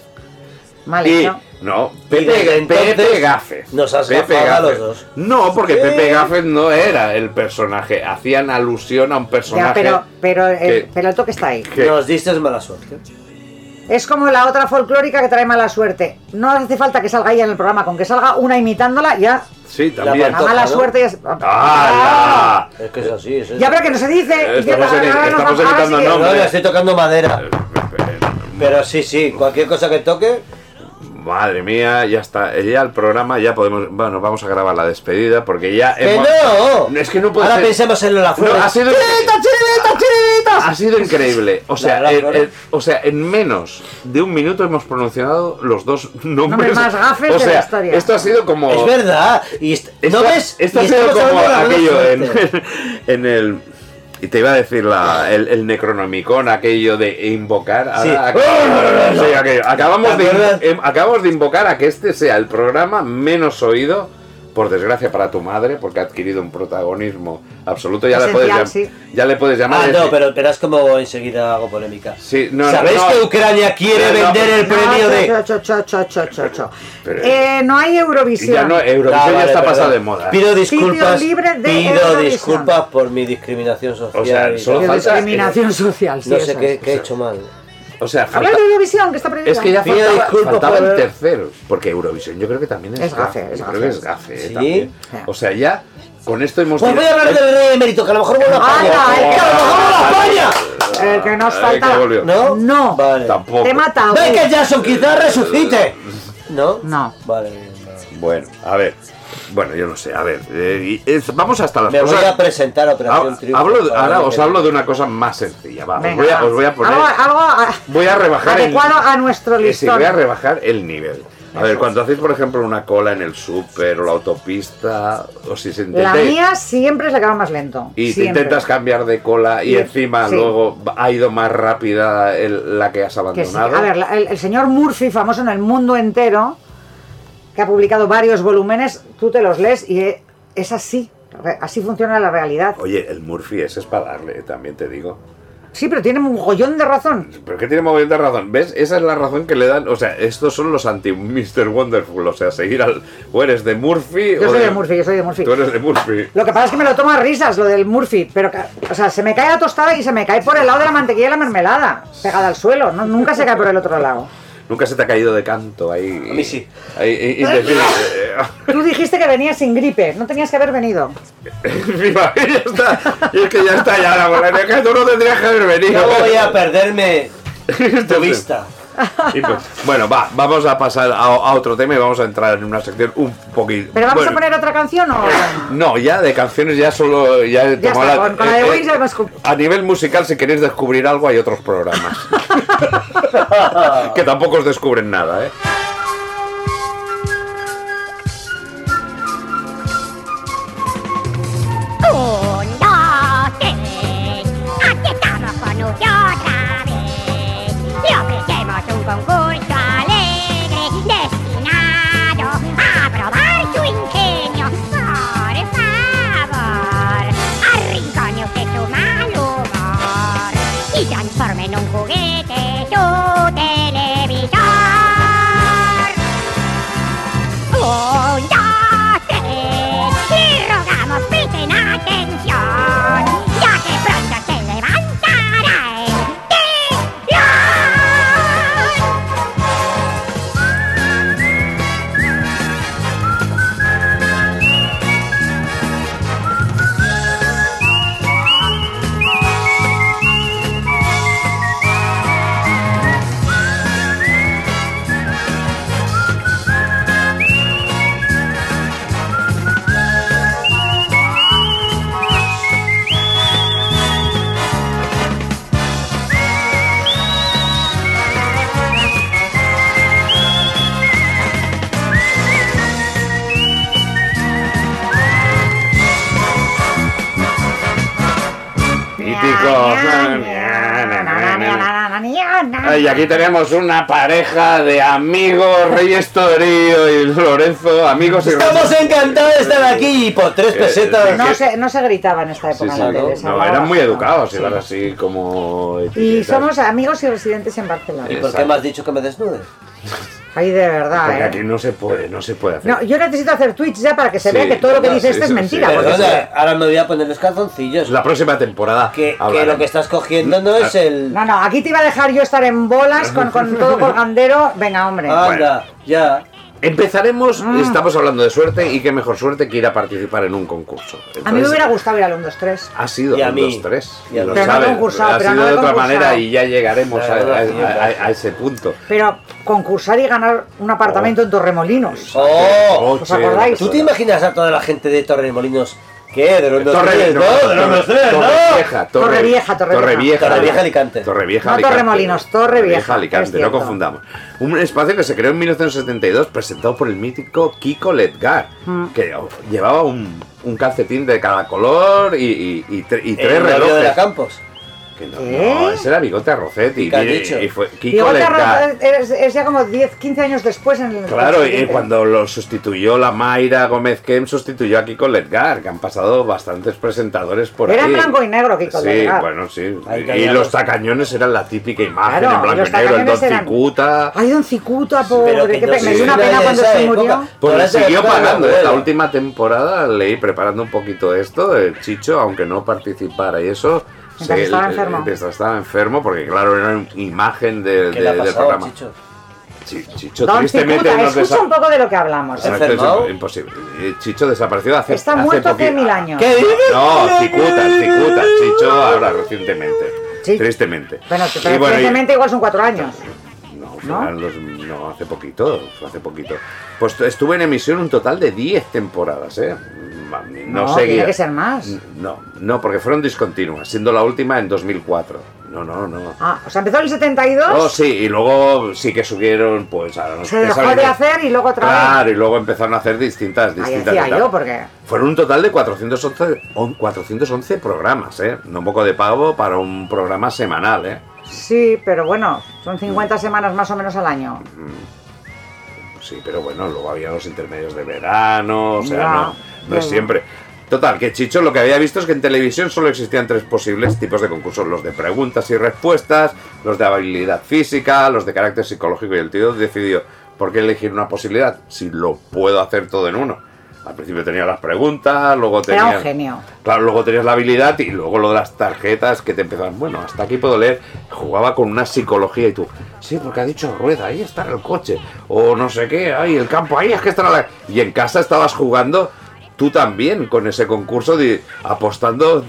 Mal
Y-
hecho.
no,
Y desde
Pepe,
entonces
Pepe Gafes.
nos has
Pepe
gafado a
Gafes.
los dos.
No, porque
Sí.
Pepe Gafes no era el personaje. Hacían alusión a un personaje.
Ya, pero, pero, el,
que-
pero el toque está ahí.
que-
Nos diste mala suerte.
Es como la otra folclórica que trae mala suerte. No hace falta que salga ella en el programa, con que salga una imitándola, ya
Sí, también.
la
Ojo,
mala
¿no?
suerte ya es...
¡Hala!
Es que es así, es
Ya, pero que no se dice.
Estamos
Ya,
en-
ahora nos
estamos
vamos- ahora
evitando
sí que-
nombres.
No, le estoy tocando madera.
Eh,
Pero sí, sí, cualquier cosa que toque,
Madre mía, ya está. Eh, Ya el programa, ya podemos. Bueno, vamos a grabar la despedida porque ya.
¡Que
hemos-
no!
Eh, Es que no puede
Ahora
ser.
pensemos en la flor.
No, ha sido. Ha sido increíble. O sea,
La verdad,
en-
claro.
en- o sea, en menos de un minuto hemos pronunciado los dos
Nombres
nombres.
más gafes
o
de
sea,
la historia.
Esto ha sido como.
Es verdad. Y est-
Esto,
¿No ves?
esto
Y
ha sido
estamos
como
hablando de la
aquello
flor.
en, en el. Y te iba a decir la, el, el Necronomicon, aquello de invocar. ahora-
Sí. Oh,
aquello- sí, aquello. Acabamos,
¿Te
de,
acuerdas?
em, acabamos de invocar a que este sea el programa menos oído por desgracia para tu madre, porque ha adquirido un protagonismo absoluto. Ya, le
Esencial,
puedes, llam-
sí.
ya le puedes llamar.
Ah,
y
no,
decir-
pero verás como enseguida hago polémica.
Sí, no, no,
¿Sabéis
no.
que Ucrania quiere
No, no.
vender el
No,
premio de.?
cho, cho, cho, cho, cho, cho, cho.
Pero-
Eh, no hay
y ya
Eurovisión.
no, Eurovisión
Ah,
ya
vale,
está
perdón.
pasada de moda.
Pido disculpas.
Sitio libre de
pido
Eurovisión.
disculpas por mi discriminación social.
O sea,
y
solo
tal.
Pero
falta- Eh,
discriminación social. sí,
no sé
eso
qué,
es.
qué he hecho mal.
O sea,
Hablar
falta-
de Eurovisión, que está prohibida.
es que ya
Pido
faltaba,
disculpas
faltaba
por-
el tercero, porque Eurovisión yo creo que también es,
Es gafe, es
yo
gafe.
creo que es gafe, eh,
Sí.
también. O sea, ya con esto hemos...
Pues voy a hablar
eh.
del rey emérito, que a lo mejor vuelve a
Anda,
España.
el
¡Que a lo mejor
Ah,
vuelve a España!
El que nos
Ay,
falta.
que Ah, volvió.
¿No?
No.
Vale.
Tampoco.
Te mata. güey.
Michael Jackson quizás resucite. ¿No?
No.
Vale. bien, no.
Bueno, a ver. Bueno, yo no sé, a ver. eh, y es- vamos hasta las
Me voy
cosas...
a presentar a Operación
Ha-
Triunfo.
hablo,
para
ahora
ver
os
qué-
hablo de una cosa más sencilla, va. Os
Venga,
voy a,
va.
os voy a poner...
Algo, algo a-
Voy a rebajar el-
adecuado a nuestro
Eh, sí,
listón.
voy a rebajar el nivel. A ver, cuando hacéis, por ejemplo, una cola en el súper o la autopista, o si se
La
intentáis...
mía siempre es la que va más lento.
Y te
siempre.
intentas cambiar de cola y,
Y-
encima
sí.
luego ha ido más rápida el- la que has
Que sí.
abandonado.
A ver, la- el, el señor Murphy, famoso en el mundo entero, que ha publicado varios volúmenes, tú te los lees y eh, es así. Re- Así funciona la realidad.
Oye, el Murphy ese es para darle, también te digo.
Sí, pero tiene un gollón de razón.
Pero que tiene mogollón de razón. ¿Ves? Esa es la razón que le dan. O sea, estos son los anti-Mr. Wonderful. O sea, seguir al. O eres de Murphy.
Yo
o
soy de Murphy, yo soy de Murphy.
Tú eres de Murphy.
Lo que pasa es que me lo tomo a risas, lo del Murphy, pero, ca- o sea, se me cae la tostada y se me cae por el lado de la mantequilla y la mermelada, pegada al suelo, no, nunca se cae por el otro lado.
Nunca se te ha caído de canto ahí.
A mí sí.
Ahí, y- y decir, eh,
Tú dijiste que venías sin gripe, no tenías que haber venido.
encima, eh, ya está. Y es que ya está, ya la bola. Que tú no tendrías que haber venido.
No voy a perderme tu
Entonces-
vista.
Y pues, bueno, va, vamos a pasar a, a otro tema y vamos a entrar en una sección un poquito.
¿Pero vamos a
bueno,
poner otra canción o...?
No, ya de canciones ya solo. Ya, he
Ya
tomado eh,
está, con- con la de Wings ya hemos cum-
A nivel musical, si queréis descubrir algo, hay otros programas. que tampoco os descubren nada, ¿eh?
Un, dos, tres. Aquí estamos con un otra vez. Le ofrecemos un concurso alegre destinado a probar su ingenio. Por favor, arrincone usted su mal humor y transforme en un juguete su televisor. Un, dos, tres, le rogamos presten atención, ya que pronto se levantará el telón.
eh, Mítico. Y aquí tenemos una pareja de amigos, Reyes Torío y Lorenzo, amigos y
Estamos encantados de estar aquí y por
Eh,
tres pesetas.
No se, no se gritaba en esta
Sí,
época.
sí,
la
¿no?
tele, se
No,
hablaba
eran muy
bastante.
educados,
Sí.
eran así como.
Y
etiquetas.
somos amigos y residentes en Barcelona.
¿Y por qué me has dicho que me desnudes?
Ah,
Ay, de
Porque
verdad,
aquí
¿eh?
no se puede, no se puede hacer.
No, yo necesito hacer tweets ya para que se
Sí,
vea que todo lo que
no,
dice
sí,
este es
sí,
mentira.
sí.
porque
Perdón,
Perdona, ahora me voy a poner los calzoncillos.
La próxima temporada.
Que, que
hablaremos.
lo que estás cogiendo no es el.
No, no, aquí te iba a dejar yo estar en bolas con, con todo colgandero. Venga, hombre.
Ah,
Anda, ya.
Empezaremos,
Mm.
estamos hablando de suerte y qué mejor suerte que ir a participar en un concurso.
a mí me
Entonces,
hubiera gustado ir al 1, 2, 3.
Ha sido
Y a
un,
mí.
dos, tres.
Y a
lo
mí. Pero
no he
sabes,
concursado,
ha
pero
sido
no he
de otra
concursado.
manera y ya llegaremos a,
La verdad,
a-
sí,
a-
gracias.
a ese punto.
Pero concursar y ganar un apartamento en Torremolinos.
¡Oh!
¿Os acordáis?
¿Tú te imaginas a toda la gente de Torremolinos? ¿Qué? ¿De los
Torre
tres? No, de los tres, no.
Torrevieja, Torre-
Torrevieja, Torrevieja.
Torrevieja,
Torrevieja, Alicante.
Torrevieja,
No
Alicante.
Torremolinos, Torrevieja, es
Alicante, no
cierto.
confundamos. Un espacio que se creó en 1972, presentado por el mítico Kiko Ledgar,
Mm.
que oh, llevaba un, un calcetín de cada color y, y- y tre- y tres
El novio de
relojes.
la Campos.
Que no,
¿Qué?
no, ese era Bigote Rossetti.
¿Qué has
mire,
dicho?
Y fue Kiko
Diego
Lercar.
Tarro es, es ya como 10, 15 años después en el.
Claro, y
siguiente.
cuando lo sustituyó la Mayra Gómez Kem, sustituyó a Kiko Lergar, que han pasado bastantes presentadores por
Era
ahí.
en blanco y negro Kiko
Sí,
Lergar.
bueno, sí.
Ahí
Y
caíamos.
los tacañones eran la típica imagen
Claro,
en blanco
los
y negro, el
tacañones
Don
eran-
Cicuta.
Ay, don Cicuta, pobre.
Pero que
qué
no
pe-
se
me dio una
olvida
pena
de
cuando
esa
se
época.
murió.
Pues le
Durante la
siguió
época de la
pagando. ¿eh? La
novela.
última temporada leí preparando un poquito esto, el Chicho, aunque no participara y eso.
Mientras
se- eh,
estaba enfermo.
mientras estaba enfermo, porque claro, era una imagen de-
¿Qué
de-
le ha
del
pasado,
programa.
Chicho?
Chi- Chicho,
Don
tristemente
Cicuta,
nos
escucha
desa-
un poco de lo que hablamos.
Exacto,
¿Enfermado?
es imposible. Eh, Chicho desapareció hace
Está
hace
muerto hace
poqui-
mil años.
¿Qué dices?
No, Cicuta, Cicuta, Chicho ahora recientemente.
Sí.
Tristemente.
Bueno,
Y
pero
bueno, y-
evidentemente igual son cuatro años.
No,
¿No?
fueron los- no, hace poquito, fue hace poquito. Pues estuve en emisión un total de 10 temporadas, ¿eh? Ma- No, seguía. Mm,
Tiene que ser más.
No, no, porque fueron discontinuas, siendo la última en 2004. No, no, no.
Ah, o sea, empezó en el 72,
Oh, sí, y luego sí que subieron, pues a los
¿Ah? se dejó de
pesares-
hacer y luego otra
Claro, y luego empezaron a hacer distintas,
vez. Ahí
distintas.
decía yo, pues.
etapas.
porque.
Fueron un total de 411, on- 411 programas, ¿eh? No un poco de pavo para un programa semanal, ¿eh?
Sí, pero bueno,
Mm.
son 50 semanas más o menos al año.
Sí, pero bueno, luego había los intermedios de verano, o sea,
Ya,
no, no
ya,
es
ya.
siempre. Total, que Chicho lo que había visto es que en televisión solo existían tres posibles tipos de concursos, los de preguntas y respuestas, los de habilidad física, los de carácter psicológico, y el tío decidió, ¿por qué elegir una posibilidad si lo puedo hacer todo en uno? Al principio tenía las preguntas, luego tenía...
Era un genio.
Claro, luego tenías la habilidad y luego lo de las tarjetas que te empezaban, bueno, hasta aquí puedo leer, jugaba con una psicología y tú, sí, porque ha dicho rueda, ahí está el coche, o no sé qué, ahí el campo, ahí es que está la... Y en casa estabas jugando tú también con ese concurso de, apostando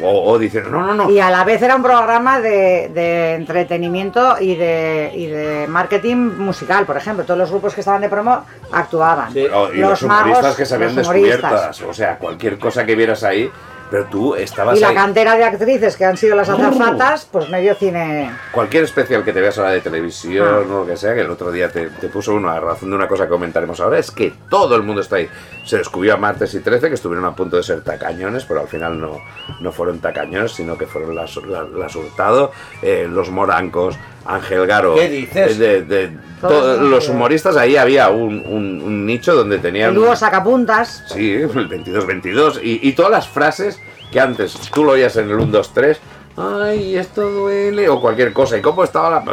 o, o diciendo, no, no, no.
Y a la vez era un programa de, de entretenimiento y de, y de marketing musical, por ejemplo. Todos los grupos que estaban de promo actuaban.
Sí.
Oh, y los,
magos,
humoristas que se habían
los humoristas.
descubiertas, o sea, cualquier cosa que vieras ahí, pero tú estabas
Y la
ahí. Uh.
cantera de actrices que han sido las azafatas, pues medio cine.
Cualquier especial que te veas ahora de
Ah.
televisión o lo que sea, que el otro día te, te puso uno a razón de una cosa que comentaremos ahora, es que todo el mundo está ahí. Se descubrió a martes y 13 que estuvieron a punto de ser tacañones, pero al final no, no fueron tacañones, sino que fueron las, las, las Hurtado, eh, los Morancos, Ángel Garo.
¿Qué dices?
eh, de- de-
Todos
todos
los
los
que-
humoristas, ahí había un, un- un nicho donde tenían.
El dúo sacapuntas.
Sí, el 22-22. Y, y todas las frases que antes tú lo oías en el 1-2-3. Ay, esto duele. O cualquier cosa. Y cómo estaba la-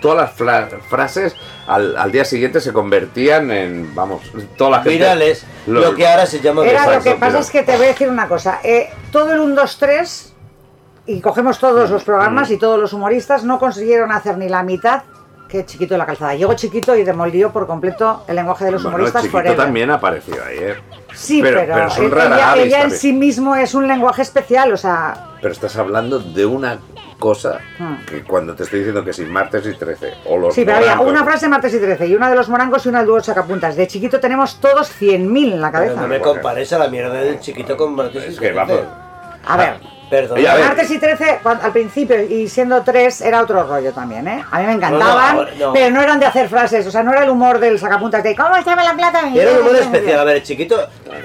todas las fla- frases al, al día siguiente se convertían en, vamos, toda la gente.
Virales,
Lo-
lo que ahora se llama
Era
virales.
lo que
Exacto,
pasa
mira.
es que te voy a decir una cosa. eh, todo el 1, 2, 3 y cogemos todos
Mm,
los programas y todos los humoristas no consiguieron hacer ni la mitad que Chiquito de la Calzada. Llegó Chiquito y demolió por completo el lenguaje de los
Bueno,
humoristas
Chiquito
forever.
también apareció ayer.
Sí,
pero,
pero,
pero son
ella-
rara
ella,
avis
en
también.
sí mismo es un lenguaje especial, o sea,
Pero estás hablando de una cosa
Hmm.
que cuando te estoy diciendo que sin martes y 13 o los
sí, pero había
Morancos-
una frase de martes y 13 y una de los morangos y una del dúo sacapuntas. De chiquito tenemos todos 100.000 en la
Pero
cabeza.
no me compares a la mierda del chiquito con Martes.
Es que vamos.
A ver,
Perdón.
Oye, a ver.
Martes y 13, cuan- al principio, y siendo 3, era otro rollo también, ¿eh? A mí me encantaban,
No, no, no.
pero no eran de hacer frases, o sea, no era el humor del sacapuntas de ¿Cómo estaba la plata?
Era un humor especial, a ver, el chiquito,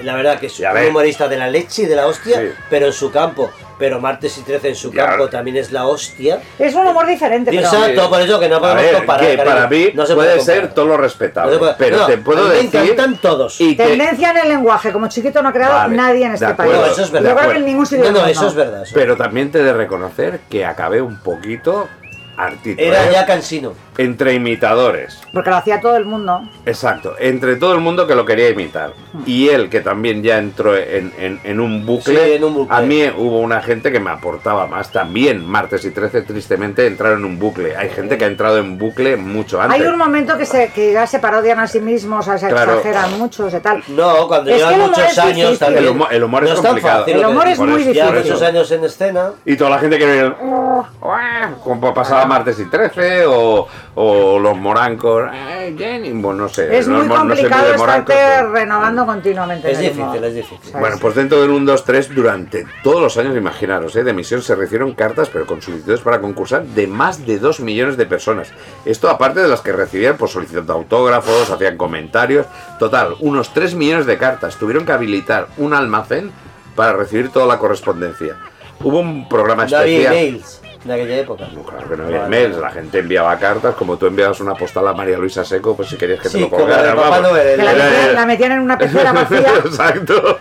la verdad que es
Y a
un
ver.
humorista de la leche y de la hostia,
Sí.
pero en su campo. Pero martes y 13 en su
Ya.
campo también es la hostia.
Es un humor diferente, pero...
Exacto, por eso que no
A
podemos
ver,
comparar.
que
cariño.
para mí
No se
puede,
comparar.
ser todo lo respetable,
No se puede-
pero
no,
te puedo
a mí me
decir
encantan todos.
y que-
Tendencia en el lenguaje, como chiquito no ha creado
Vale,
nadie en
de
este
acuerdo,
país.
No, eso es verdad,
Yo
de
creo que
acuerdo.
en ningún sitio
No,
del
no,
mundo.
eso es verdad. eso.
pero también te he de reconocer que acabé un poquito artito,
Era
¿eh?
ya cansino.
entre imitadores.
Porque lo hacía todo el mundo.
Exacto, entre todo el mundo que lo quería imitar. Y él, que también ya entró en, en- en un bucle.
Sí, en un bucle.
A mí hubo una gente que me aportaba más. También, martes y 13, tristemente, entraron en un bucle. Hay gente que ha entrado en bucle mucho antes.
Hay un momento que, se, que ya se parodian a sí mismos, o sea, se
Claro.
exageran mucho, o sea, tal.
No, cuando
Es que
llevas
el humor
muchos
es
años
difícil.
también.
El humor- el humor
no
es
tan
complicado.
fácil
El
lo que
humor es
dices.
Por
muy
eso-
Ya
por
difícil.
muchos
eso.
años en escena.
Y toda la gente que veía, como pasaba martes y 13 o, o los morancos. "Ay, Jenny", bueno, no sé.
Es
no-
muy
no sé muy de
complicado
morancos,
estarte
pero-
renovando continuamente.
Es
en el humor.
difícil, es difícil.
¿Sabes?
Bueno, pues dentro del 1, 2, 3, durante todos los años, imaginaros, ¿eh? de emisión se recibieron cartas, pero con solicitudes para concursar de más de 2 millones de personas. Esto aparte de las que recibían por solicitando autógrafos, hacían comentarios. Total, unos 3 millones de cartas. Tuvieron que habilitar un almacén para recibir toda la correspondencia. Hubo un programa
No había
especial.
emails. en aquella época.
No, Pues claro que no había emails, la gente enviaba cartas, como tú enviabas una postal a María Luisa Seco, pues si querías que te
Sí,
lo
como la de
colgaran,
Papá
vamos.
Noel, el-
Que la
Era-
metían,
era-
la metían en una pecera vacía.
Exacto.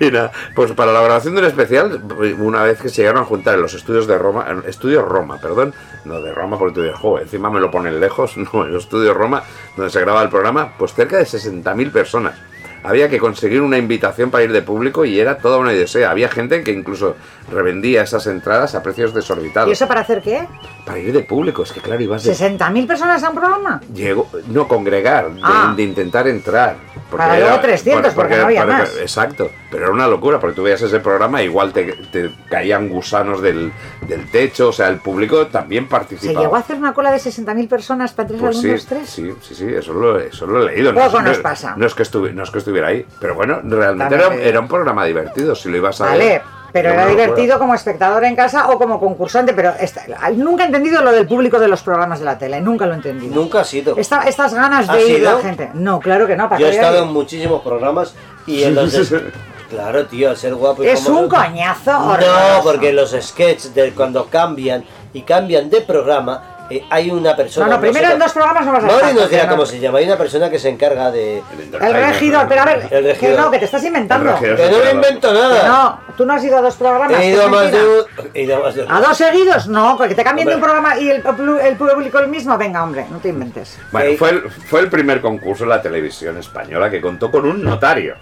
Y nada, pues para la grabación del especial, una vez que se llegaron a juntar en los estudios de Roma, en estudios Roma, perdón, no de Roma porque tú dices, "Jo, encima me lo ponen lejos, no, en los estudios Roma, donde se graba el programa, pues cerca de 60.000 personas. Había que conseguir una invitación para ir de público y era toda una idea. Había gente que incluso revendía esas entradas a precios desorbitados.
¿Y eso para hacer qué?
Para ir de público, es que claro, ibas de
¿60.000 personas a un programa?
Llegó, no congregar, de,
Ah.
de intentar entrar.
Para luego 300, porque no había más.
Exacto, pero era una locura, porque tú veías ese programa, igual te, te caían gusanos del, del techo, o sea, el público también
¿Se
participaba.
llegó a hacer una cola de 60.000 personas para entrar
Pues
al
sí,
1, 2, 3?
sí, sí, sí, eso lo, eso lo he leído.
Poco
es-
nos
es-
pasa.
No es, que estuvi- no es que estuviera ahí, pero bueno, realmente
También
era,
te digo.
era un programa divertido, si lo ibas a ver.
Vale, pero
una
era
locura.
divertido como espectador en casa o como concursante, pero esta- nunca he entendido lo del público de los programas de la tele, nunca lo he entendido.
Nunca ha sido.
Esta- estas ganas
¿Ha
de ir la
sido?
gente. No, claro que no. ¿para
Yo he
qué voy a
estado
ir?
en muchísimos programas y en los de- Claro, tío, al ser guapo... y
Es
famoso-
un coñazo
No,
horroroso.
porque los sketches de cuando cambian y cambian de programa, eh, hay una persona...
No, no, primero
sé
en dos programas no vas a
Mauri
estar,
nos dirá
porque no.
cómo se llama. Hay una persona que se encarga de...
El regidor, pero a ver,
El regidor.
que no, que te estás inventando.
El regidor.
Que no me invento
Que
nada.
No, tú no has ido a dos programas.
He
que
ido a
es
más de
mentira.
un... He ido a más de un...
¿A dos seguidos? No, porque te cambien de un
Hombre.
programa y el, el público el mismo. Venga, hombre, no te inventes.
Bueno,
Eh,
fue el, fue el primer concurso en la televisión española que contó con un notario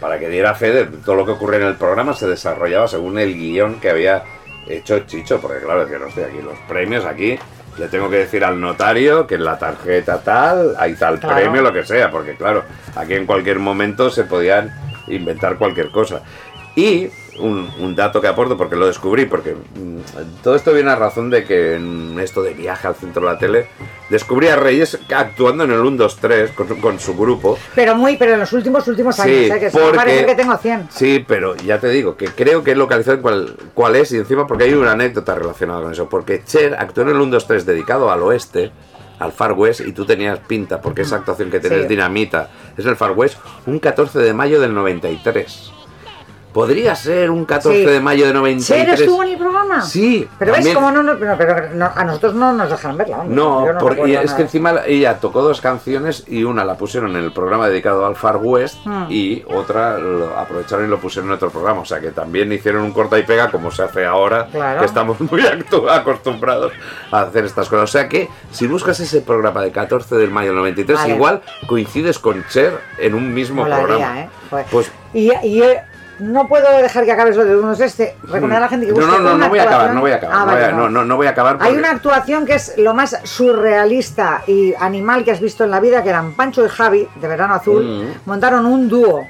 para que diera fe de todo lo que ocurría en el programa. Se desarrollaba según el guión que había hecho Chicho, porque claro, que no estoy aquí. Los premios aquí le tengo que decir al notario que en la tarjeta tal hay tal
Claro.
premio, lo que sea, porque claro, aquí en cualquier momento se podían inventar cualquier cosa. Y un, un dato que aporto, porque lo descubrí, porque mm, todo esto viene a razón de que en esto de viaje al centro de la tele, descubrí a Reyes actuando en el 1, 2, 3 con, con su grupo.
Pero muy, pero en los últimos, últimos años,
Sí,
¿eh? que sí,
porque-
parece que tengo 100.
Sí, pero ya te digo, que creo que he localizado en cuál, cuál es y encima porque hay una anécdota relacionada con eso. Porque Cher actuó en el 1, 2, 3 dedicado al oeste, al Far West, y tú tenías pinta, porque esa actuación que tenés
Sí.
dinamita es el Far West, un 14 de mayo del 93. Podría ser un 14
Sí.
de mayo de
¿Cher
93.
estuvo en el programa?
Sí,
Pero ves
también-
cómo no, no, no, pero no- a nosotros no nos dejan verla. hombre.
No,
Yo no
porque
recuerdo
es
nada.
que encima ella tocó dos canciones y una la pusieron en el programa dedicado al Far West
Mm.
y otra lo aprovecharon y lo pusieron en otro programa. O sea que también hicieron un corta y pega como se hace ahora,
Claro.
que estamos muy actu- acostumbrados a hacer estas cosas. O sea que si buscas ese programa de 14 del mayo del 93,
Vale.
igual coincides con Cher en un mismo
Molaría,
programa.
¿eh? Joder.
Pues
Y, y, eh, no puedo dejar que acabes lo de unos este. Recomendar a la gente que
no,
busque
no, no,
una
no voy a acabar,
actuación-
no voy a acabar,
Ah,
no,
vale,
voy a, no, no, no voy a acabar.
Hay
porque-
una actuación que es lo más surrealista y animal que has visto en la vida, que eran Pancho y Javi, de Verano Azul,
Mm.
montaron un dúo.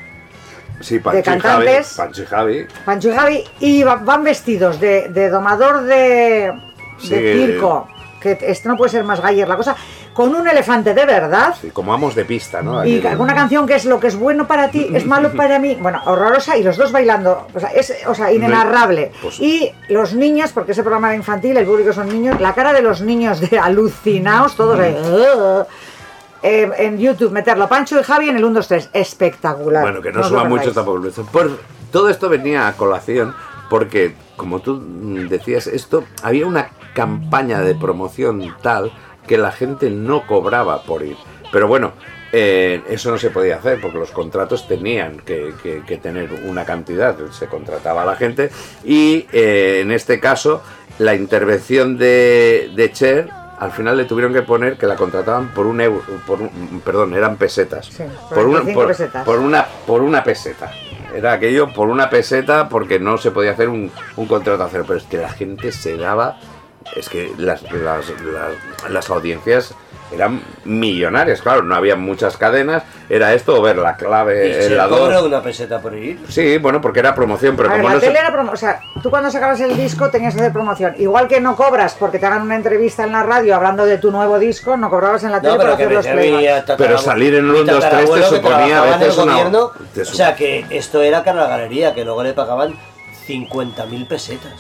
sí, Pancho y Javi,
cantantes.
Pancho y Javi.
Pancho y Javi, y va- van vestidos de, de domador de,
Sí.
de circo, que este no puede ser más galler la cosa, con un elefante de verdad.
sí, como amos de pista, ¿no?
Y
Aquel-
alguna canción que es lo que es bueno para ti es malo para mí. Bueno, horrorosa y los dos bailando. O sea, es, o sea inenarrable.
Pues-
y los niños, porque ese programa era infantil, el público son niños, la cara de los niños de alucinados, todos de, "Ugh". Eh, en YouTube, meterlo Pancho y Javi en el 1, 2, 3. Espectacular.
Bueno, que no,
os lo
suba mucho
perdáis.
tampoco. Por, todo esto venía a colación porque, como tú mm, decías, esto había una campaña de promoción tal que la gente no cobraba por ir. Pero bueno, eh, eso no se podía hacer porque los contratos tenían que, que- que tener una cantidad. Se contrataba a la gente y eh, en este caso la intervención de, de Cher al final le tuvieron que poner que la contrataban por un euro, por un- perdón, eran pesetas.
Sí,
por, una,
45
por-
pesetas.
por una, por una peseta. Era aquello por una peseta porque no se podía hacer un, un contrato a cero. Pero es que la gente se daba. Es que las, las, las, las audiencias eran millonarias, claro, no había muchas cadenas. Era esto o ver la
Y
clave
se
en la
cobra
2.
una peseta por ir.
Sí, bueno, porque era promoción, pero
A ver,
como
la
no se-
tele era promo- O sea, tú cuando sacabas el disco tenías que hacer promoción. Igual que no cobras porque te hagan una entrevista en la radio hablando de tu nuevo disco, no cobrabas en la tele
No,
por
pero que
hacer
me
los playbacks.
servía
Pero salir en un
mi
2-3 te
tatarabuelo que
suponía
trabajaba
a
en el
veces una-
gobierno,
te
O
sup-
sea que esto era cara a la galería, que luego le pagaban 50.000 pesetas.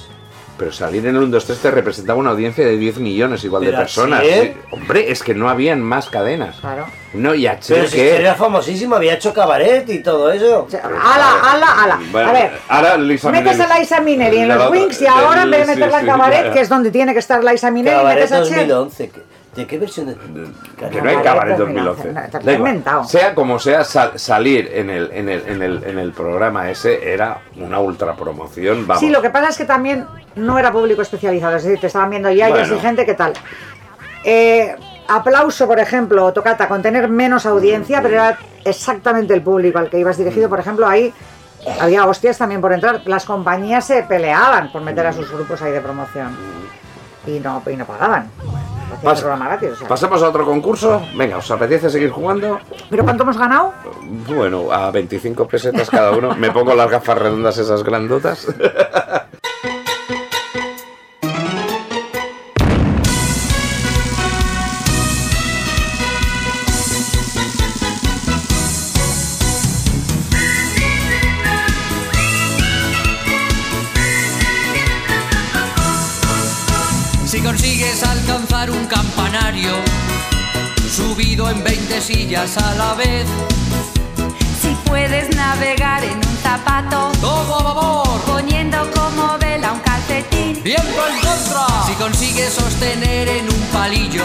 Pero salir en el 1, 2, 3 te representaba una audiencia de 10 millones igual de
Pero
personas.
Axel-
Hombre, es que no habían más cadenas.
Claro.
No, y Axel,
Pero si
que-
era famosísimo, había hecho cabaret y todo eso.
O sea, ala, ala, ala.
mm, Bueno,
a ver.
ahora Lisa
metes
Minnelli.
a Liza Minnelli en
La
los
otra-
Wings y ahora en vez de
sí,
meterla en
sí,
cabaret,
claro.
que es donde tiene que estar Liza Minnelli,
Cabaret
metes a Cher.
2011. ¿qué- ¿De qué versión es?
Que no hay cabaret
2011.
2011.
No, te has
Da igual.
pues inventado.
Sea como sea, sal- salir en el, en, el, en, el, en el programa ese era una ultra promoción. Vamos.
Sí, lo que pasa es que también no era público especializado, es decir, te estaban viendo ya y
Bueno.
gente que tal. Eh, aplauso, por ejemplo, o Tocata, con tener menos audiencia, pero era exactamente el público al que ibas dirigido, por ejemplo, ahí había hostias también por entrar, las compañías se peleaban por meter a sus grupos ahí de promoción y no, y no pagaban. Hacían
Mm. Pasa-
programa gratis, o sea.
Pasamos a otro concurso. Venga, ¿os apetece seguir jugando?
Pero ¿cuánto hemos ganado?
Bueno, a 25 pesetas cada uno. Me pongo las gafas redondas esas grandotas.
Si consigues alcanzar un campanario, subido en 20 sillas a la vez,
Si puedes navegar en un zapato,
todo a favor,
poniendo como vela un calcetín.
viento en contra. Si consigues sostener en un palillo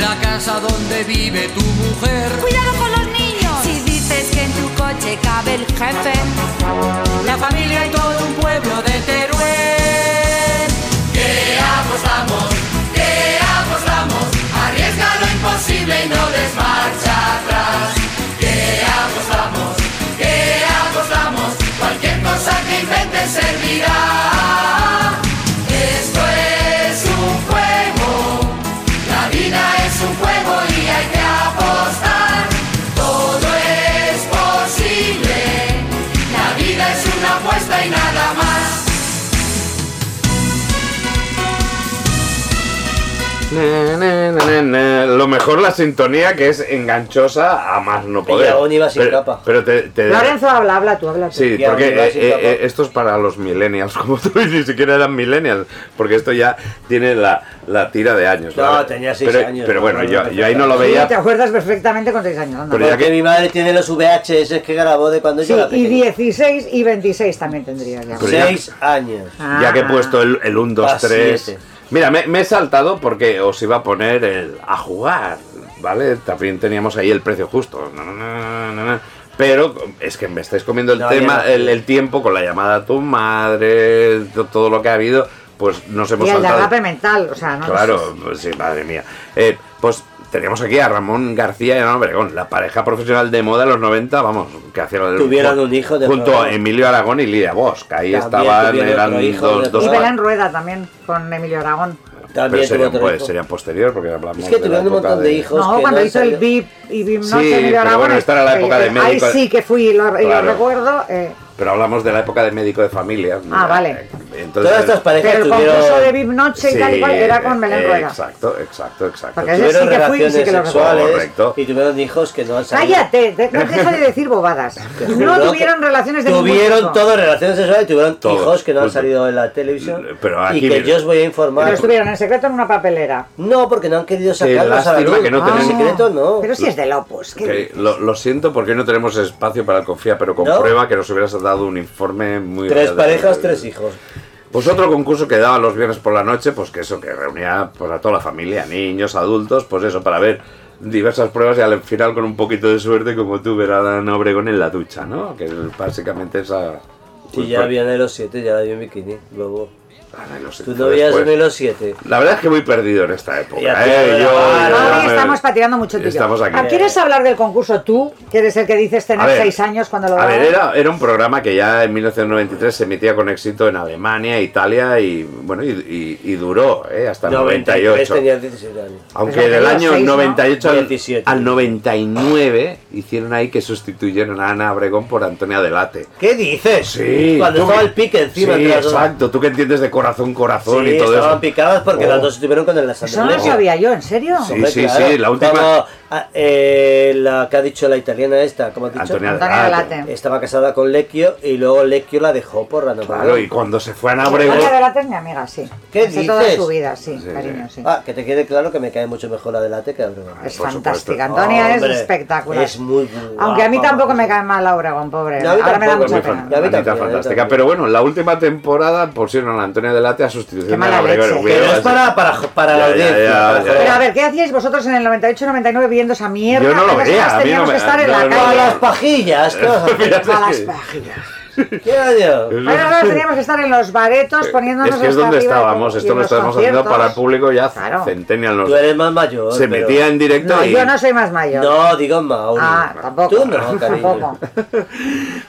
la casa donde vive tu mujer,
¡Cuidado con los niños! Si dices que en tu coche cabe el jefe,
la familia y todo un pueblo de Teruel. Que apostamos, que apostamos, arriesga lo imposible y no des marcha atrás. Que apostamos, que apostamos, cualquier cosa que inventes servirá. Esto es un juego, la vida es un juego y hay que apostar. Todo es posible, la vida es una apuesta y nada más.
Na, na, na, na, na. Lo mejor la sintonía que es enganchosa a más no poder.
aún iba sin
pero,
capa.
Pero te, te-
Lorenzo, habla, habla tú, habla tú.
Eh, Sí,
Y aún
porque
iba sin
eh,
capa.
eh, esto es para los millennials, como tú, y ni siquiera eran millennials, porque esto ya tiene la, la tira de años.
No,
¿vale?
tenía seis
pero,
años,
Pero
no,
bueno,
no,
yo,
no,
yo ahí no lo
no.
Sí,
veía.
te acuerdas perfectamente con 6 años. anda.
Pero ya
Porque
que-
mi madre tiene los VHS que grabó de cuando
Sí,
yo era
y
pequeño.
16 y 26 también tendría ya.
Pero ya-
Seis años.
Ah.
Ya que he puesto el, el 1, 2,
Ah,
3.
siete.
Mira, me, me he saltado porque os iba a poner el a jugar, ¿vale? También teníamos ahí el precio justo. Na, na, na, na, na. Pero es que me estáis comiendo el
No, ya
tema,
no.
el, el tiempo con la llamada a tu madre, to- todo lo que ha habido, pues nos hemos
Y el
saltado.
derrape mental, o sea, ¿no?
Claro, pues sí, madre mía. Eh, pues tenemos aquí a Ramón García y Ana Obregón, la pareja profesional de moda de los 90, vamos, que hacían el-
Tuvieron un hijo de
junto a
programa.
Emilio Aragón y Lidia Bosch. Ahí
También
estaban,
tuvieron
eran
otro hijo de
dos, dos
Y
programa.
Belén Rueda también, con Emilio Aragón.
pero
También tuvo
serían,
otro
pues,
hijo.
serían posterior porque hablamos
Es que
de la
tuvieron un
época
montón de hijos.
No,
que
cuando
no
hizo el
salió.
VIP y VIP Noche
Sí,
de Emilio
pero
Aragón.
bueno, esta era la
que
época
yo-
de médico.
Ahí sí que fui, lo, y lo
Claro.
recuerdo. eh,
Pero hablamos de la época de médico de familia.
Ah, vale.
Entonces,
Todas estas parejas
pero el
tuvieron...
concurso de VIP Noche y tal y cual era con Belén
eh,
Rueda.
Exacto, exacto, exacto.
Porque ese
Tuvieron
sí que fui y
relaciones
sí que lo recuerdo.
sexuales
Correcto.
y tuvieron hijos que no han salido.
Cállate, de- no deja de decir bobadas.
Te
No
juro
tuvieron
que
relaciones de ningún
Tuvieron
tipo.
todas relaciones sexuales y tuvieron
Todos.
hijos que no han
Justo.
salido en la televisión.
Pero aquí,
y que
mira.
yo os voy a informar.
Pero estuvieron en secreto en una papelera.
No, porque no han querido sacarlos a la
lástima
luz. Ah,
que no
En
tenemos-
secreto no.
Pero si es de Lopus. ¿qué
Que lo, lo siento porque no tenemos espacio para el confía, pero comprueba que nos hubieras dado un informe muy...
Tres
real-
parejas, tres hijos.
Pues otro concurso que daba los viernes por la noche, pues que eso, que reunía pues, a toda la familia, niños, adultos, pues eso, para ver diversas pruebas y al final con un poquito de suerte, como tú ver a Dan Obregón en la ducha, ¿no? Que es básicamente esa...
Y ya había en los siete, ya la vi en bikini. Luego,
Ah, no lo sé,
tú
fue
no veías
después.
en los siete.
La verdad es que voy perdido en esta época.
Ya,
¿eh?
tío,
Yo-
ya,
yo-
ya,
Ahora estamos pateando mucho tío.
Estamos aquí.
Ah, ¿Quieres hablar del concurso tú? Que eres el que dices tener
A ver,
seis años cuando lo
A ver,
daban?
era, era un programa que ya en 1993 se emitía con éxito en Alemania, Italia y bueno y, y- y duró ¿eh? hasta el
93
98.
tenías 17 años.
Aunque
Pues
del
tenía
año
seis, ¿no?
98 al,
17.
al 99 hicieron ahí que sustituyeron a Ana Abregón por Antonia Delate.
¿Qué dices?
Sí.
Cuando
tú
estaba
que-
el pique encima.
Sí,
entre las dos.
exacto. Tú que entiendes de corazón, corazón
Sí,
y todo
estaban
eso.
picadas porque
Oh.
las dos estuvieron con el
Eso no lo
Santander.
sabía yo, ¿en serio?
Sí, sí, sí, la última-
Como Ah, eh, la que ha dicho la italiana esta, ¿cómo ha dicho?
Antonia Antonia Galate. Galate.
Estaba casada con Lecchio y luego Lecchio la dejó por la novela.
Claro, y cuando se fue a Nabregón.
Antonia Galate es mi amiga, sí.
¿Qué
Hace toda
dices?
su vida, sí,
Sí.
cariño, sí.
Ah, que te quede claro que me cae mucho mejor la de Late que Abregón.
Es
por
fantástica.
supuesto.
Antonia es
Hombre,
espectacular.
Es muy guapa.
Aunque a mí tampoco me cae mal la Obregón, pobre.
No, a mí
Ahora me da
tampoco,
mucha
Muy
Mucho
pena.
fan-
pena. A mí
Anita
también, a
fantástica.
mí
Pero bueno, la última temporada pusieron a Antonio Delate a
Qué
sustitución de
mala
la
leche.
Pero es para, para, para la
Ya, ya,
audiencia.
ya,
para
ya.
joder.
Pero a ver, ¿qué hacíais vosotros en el 98-99 viendo esa mierda?
Yo no lo
¿Qué personas
veía, a mí no
teníamos
me-
que estar en
no,
la
no,
Para
no.
calle.
las pajillas, ¿qué vas a hacer?
A las páginas.
¿Qué odio?
Ahora nosotros teníamos que estar en los baretos poniéndonos
Eh, es que es
hasta
donde
arriba de
estábamos,
todo, y
esto
en
lo
los
estábamos haciendo
conciertos.
para el público ya
Claro.
Centennial. nos-
Tú eres más mayor.
Se
pero-
metía en directo
No,
y...
yo no soy más mayor.
No, digo Mauri.
Ah, tampoco.
Tú no, cariño.
Tampoco.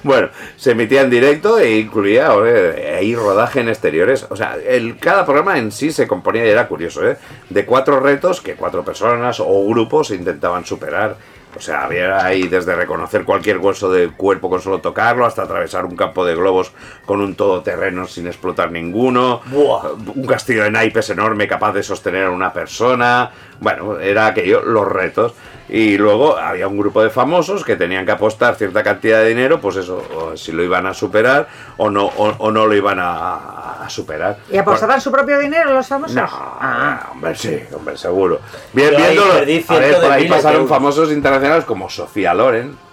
Bueno, se emitía en directo e incluía o sea, ahí rodaje en exteriores. O sea, el, cada programa en sí se componía, y era curioso, ¿eh? de cuatro retos que cuatro personas o grupos intentaban superar. O sea, había ahí desde reconocer cualquier hueso del cuerpo con solo tocarlo, hasta atravesar un campo de globos con un todoterreno sin explotar ninguno,
Buah.
un castillo de naipes enorme capaz de sostener a una persona. Bueno, era aquello, los retos. Y luego había un grupo de famosos que tenían que apostar cierta cantidad de dinero, pues eso, o si lo iban a superar o no, o, o no lo iban a, a superar.
¿Y apostaban su propio dinero los famosos?
No,
Ah.
hombre, sí, hombre, seguro. Bien,
Yo ahí
viéndolo.
perdí
A ver, por
cientos de
ahí
miles de
pasaron
euros.
famosos internacionales como Sofía Loren,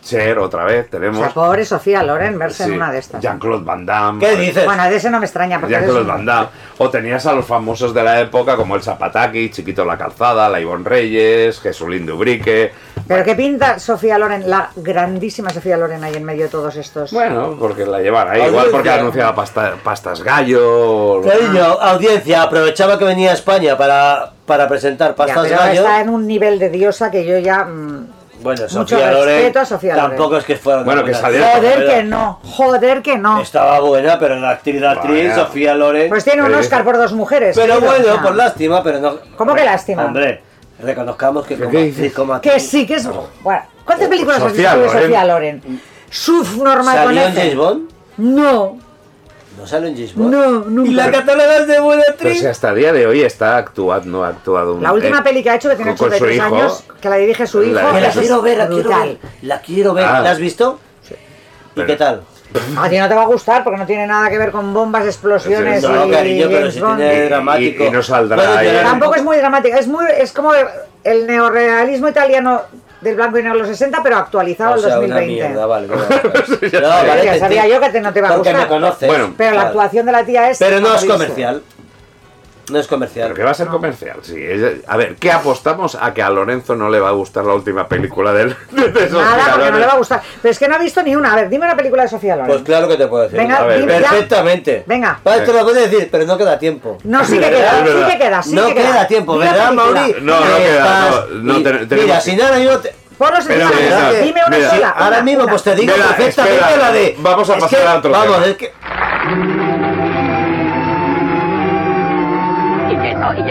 Cher, otra vez,
O
tenemos.
sea, pobre Sofía Loren verse
sí,
en una de estas.
Jean-Claude Van Damme.
¿Qué dices?
Bueno, de ese no me extraña. Porque
Ya que
eres
los
un-
mandaba. O tenías a los famosos de la época como el Zapataki, Chiquito la Calzada, la Ivonne Reyes, Jesulín de Ubrique.
Pero qué pinta Sofía Loren, la grandísima Sofía Loren ahí en medio de todos estos.
Bueno, porque la llevan ahí.
Audiencia.
Igual porque anunciaba pasta- pastas gallo. o-
Cariño, audiencia, aprovechaba que venía a España para, para presentar
Ya,
pastas
pero
gallo.
está en un nivel de diosa que yo ya. mm,
Bueno,
Mucho
Sofía
respeto
Loren.
a Sofía Loren.
Tampoco es que fuera una
Bueno, que
buena
saliera-
actriz,
joder
pero
que no, joder que no.
Este-
Estaba buena, pero la actriz, la actriz,
Vaya.
Sofía Loren.
Pues tiene un
Eh.
Oscar por dos mujeres.
pero
tío, o
bueno,
sea,
por lástima, pero no.
¿Cómo que lástima?
Hombre, reconozcamos que como
qué
actriz,
dices?
como actriz.
Que sí que es. Bueno, ¿cuántas
Oh,
películas has
Sofía
visto de
Loren.
Sofía Loren? Subnormal con
¿Salió en
F.
James Bond?
No,
¿No salió en James Bond?
no, nunca.
¿Y la catalana es de buena
Pero si
actriz?
hasta el día de hoy está actuando, ha actuado un-
La última
eh,
peli que ha hecho, que tiene
con- con su
83
hijo.
años, que la dirige su hijo.
La-
Me la
eso es
quiero ver, la quiero
brutal.
ver. La quiero ver.
Ah.
¿La has visto? Sí. ¿Y
Pero-
qué tal?
A ti no te va a gustar porque no tiene nada que ver con bombas, explosiones
No,
y
cariño, pero
James
si
Bond.
tiene
Y- y-
dramático.
y no saldrá
Bueno, yo
ahí. ¿eh?
era-
Tampoco es muy dramática, es muy es como el neorealismo italiano del blanco y negro de los 60, pero actualizado
O
al
sea, una
2020.
mierda, vale, vale,
Sí,
vale.
ya
No,
sé.
vale,
Ya
te-
sabía
te-
yo que te- no te iba a
porque
gustar.
me conoces.
Bueno.
pero la
Vale.
actuación de la tía es
Pero no es
fabulosa.
comercial. No es comercial.
Pero que va a ser comercial, sí. Es- A ver, ¿qué apostamos a que a Lorenzo no le va a gustar la última película del, de, de Sofía
Nada, porque no
Loren?
le va a gustar. Pero es que no ha visto ni una. A ver, dime una película de Sofía Loren.
Pues claro que te puedo decir.
Venga,
A ver, dime
ya.
perfectamente.
Venga.
Vale, te lo puedo decir, pero no queda tiempo.
no, sí que
Es
queda,
verdad.
sí que queda, sí
no
que
queda, tiempo,
Dime una
¿verdad,
película.
Mauri?
No, no
Que
queda,
estás-
no, no,
y-
te- tenemos-
Mira, si nada, yo te-
Ponlos
Espérame,
encima de la
espérame,
mesa. Dime una
mira,
sola.
ahora
una,
mismo,
una.
pues te digo
Mira,
perfectamente
espera,
la de.
vamos a
Es
pasar
que-
a otro
Vamos,
tema.
es que.
Y eso, y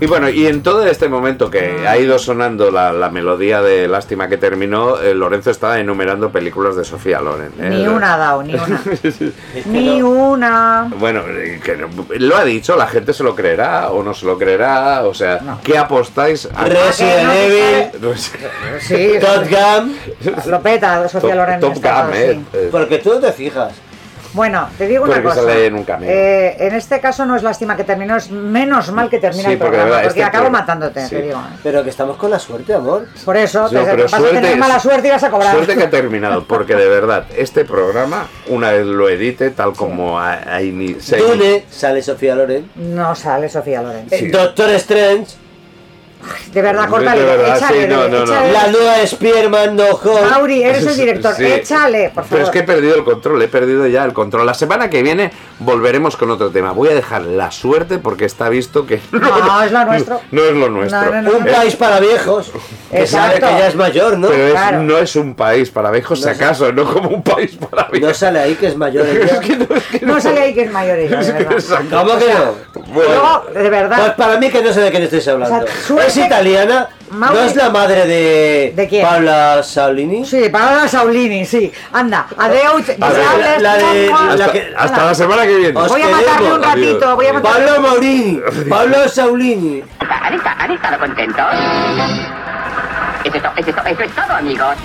Y bueno, y en todo este momento que ha ido sonando la, la melodía de Lástima que terminó, eh, Lorenzo está enumerando películas de Sofía Loren. ¿eh?
Ni una ha dado, ni una.
Es que
ni
no.
una.
Bueno, eh, que no- lo ha dicho, la gente se lo creerá o no se lo creerá, o sea, ¿qué apostáis a...
Resident
Ah, que no, que
Evil,
Sí,
Top Gun.
lo peta Sofía Loren. en
Top
este caso,
Gun, ¿eh?
sí.
Eh,
Porque tú no te fijas.
Bueno, te digo
Porque
una cosa.
sale en un cameo.
Eh, en este caso no es lástima que terminó, es menos mal que termina
Sí,
el
porque de
programa,
verdad,
porque
este
acabo
programa-
matándote,
sí.
te digo. ¿eh?
Pero que estamos con la suerte, amor.
Por eso,
No,
te,
pero
vas a tener mala suerte y vas a cobrar.
Suerte que ha terminado, porque de verdad, este programa, una vez lo edite, tal como ha, ha ini- se-
Dune, sale Sofía Loren.
No sale Sofía Loren.
Sí.
Doctor Strange,
De verdad,
De
córtale.
verdad, sí,
échale,
no, no, no.
échale.
la nueva de Spearman, No Hall.
Mauri, eres el director.
Sí.
Échale, por favor.
Pero es que he perdido el control, he perdido ya el control. La semana que viene volveremos con otro tema. Voy a dejar la suerte porque está visto que.
No, es lo nuestro.
No es lo nuestro.
No, no, no,
Un
no.
país para viejos. Que sabe que
Exacto.
ya es mayor, ¿no?
Pero es-
Claro.
no es un país para viejos, si
No es-
acaso, no como un país para
No
viejos.
sale ahí que es mayor.
Es
ella.
que no, es que
No
no.
sale ahí que es mayor ella, de verdad.
Exacto.
¿Cómo que no?
Bueno,
Luego, de
Pues
verdad,
para mí que no sé de quién estáis hablando.
O sea, suerte-
es italiana,
Mauri-
no es la madre de,
¿De quién?
Paula Saulini.
sí, Paola Saulini, sí. Anda, adeu,
la-
deseables,
la de-
guapos.
la
hasta,
que-
hasta la semana que viene.
Os
Voy a matarle
queremos,
un ratito,
adiós.
voy a matarle.
Pablo Maurini, Pablo Saulini.
¿Han, esta- han estado contentos? ¿Es esto, es esto, eso es todo, amigos.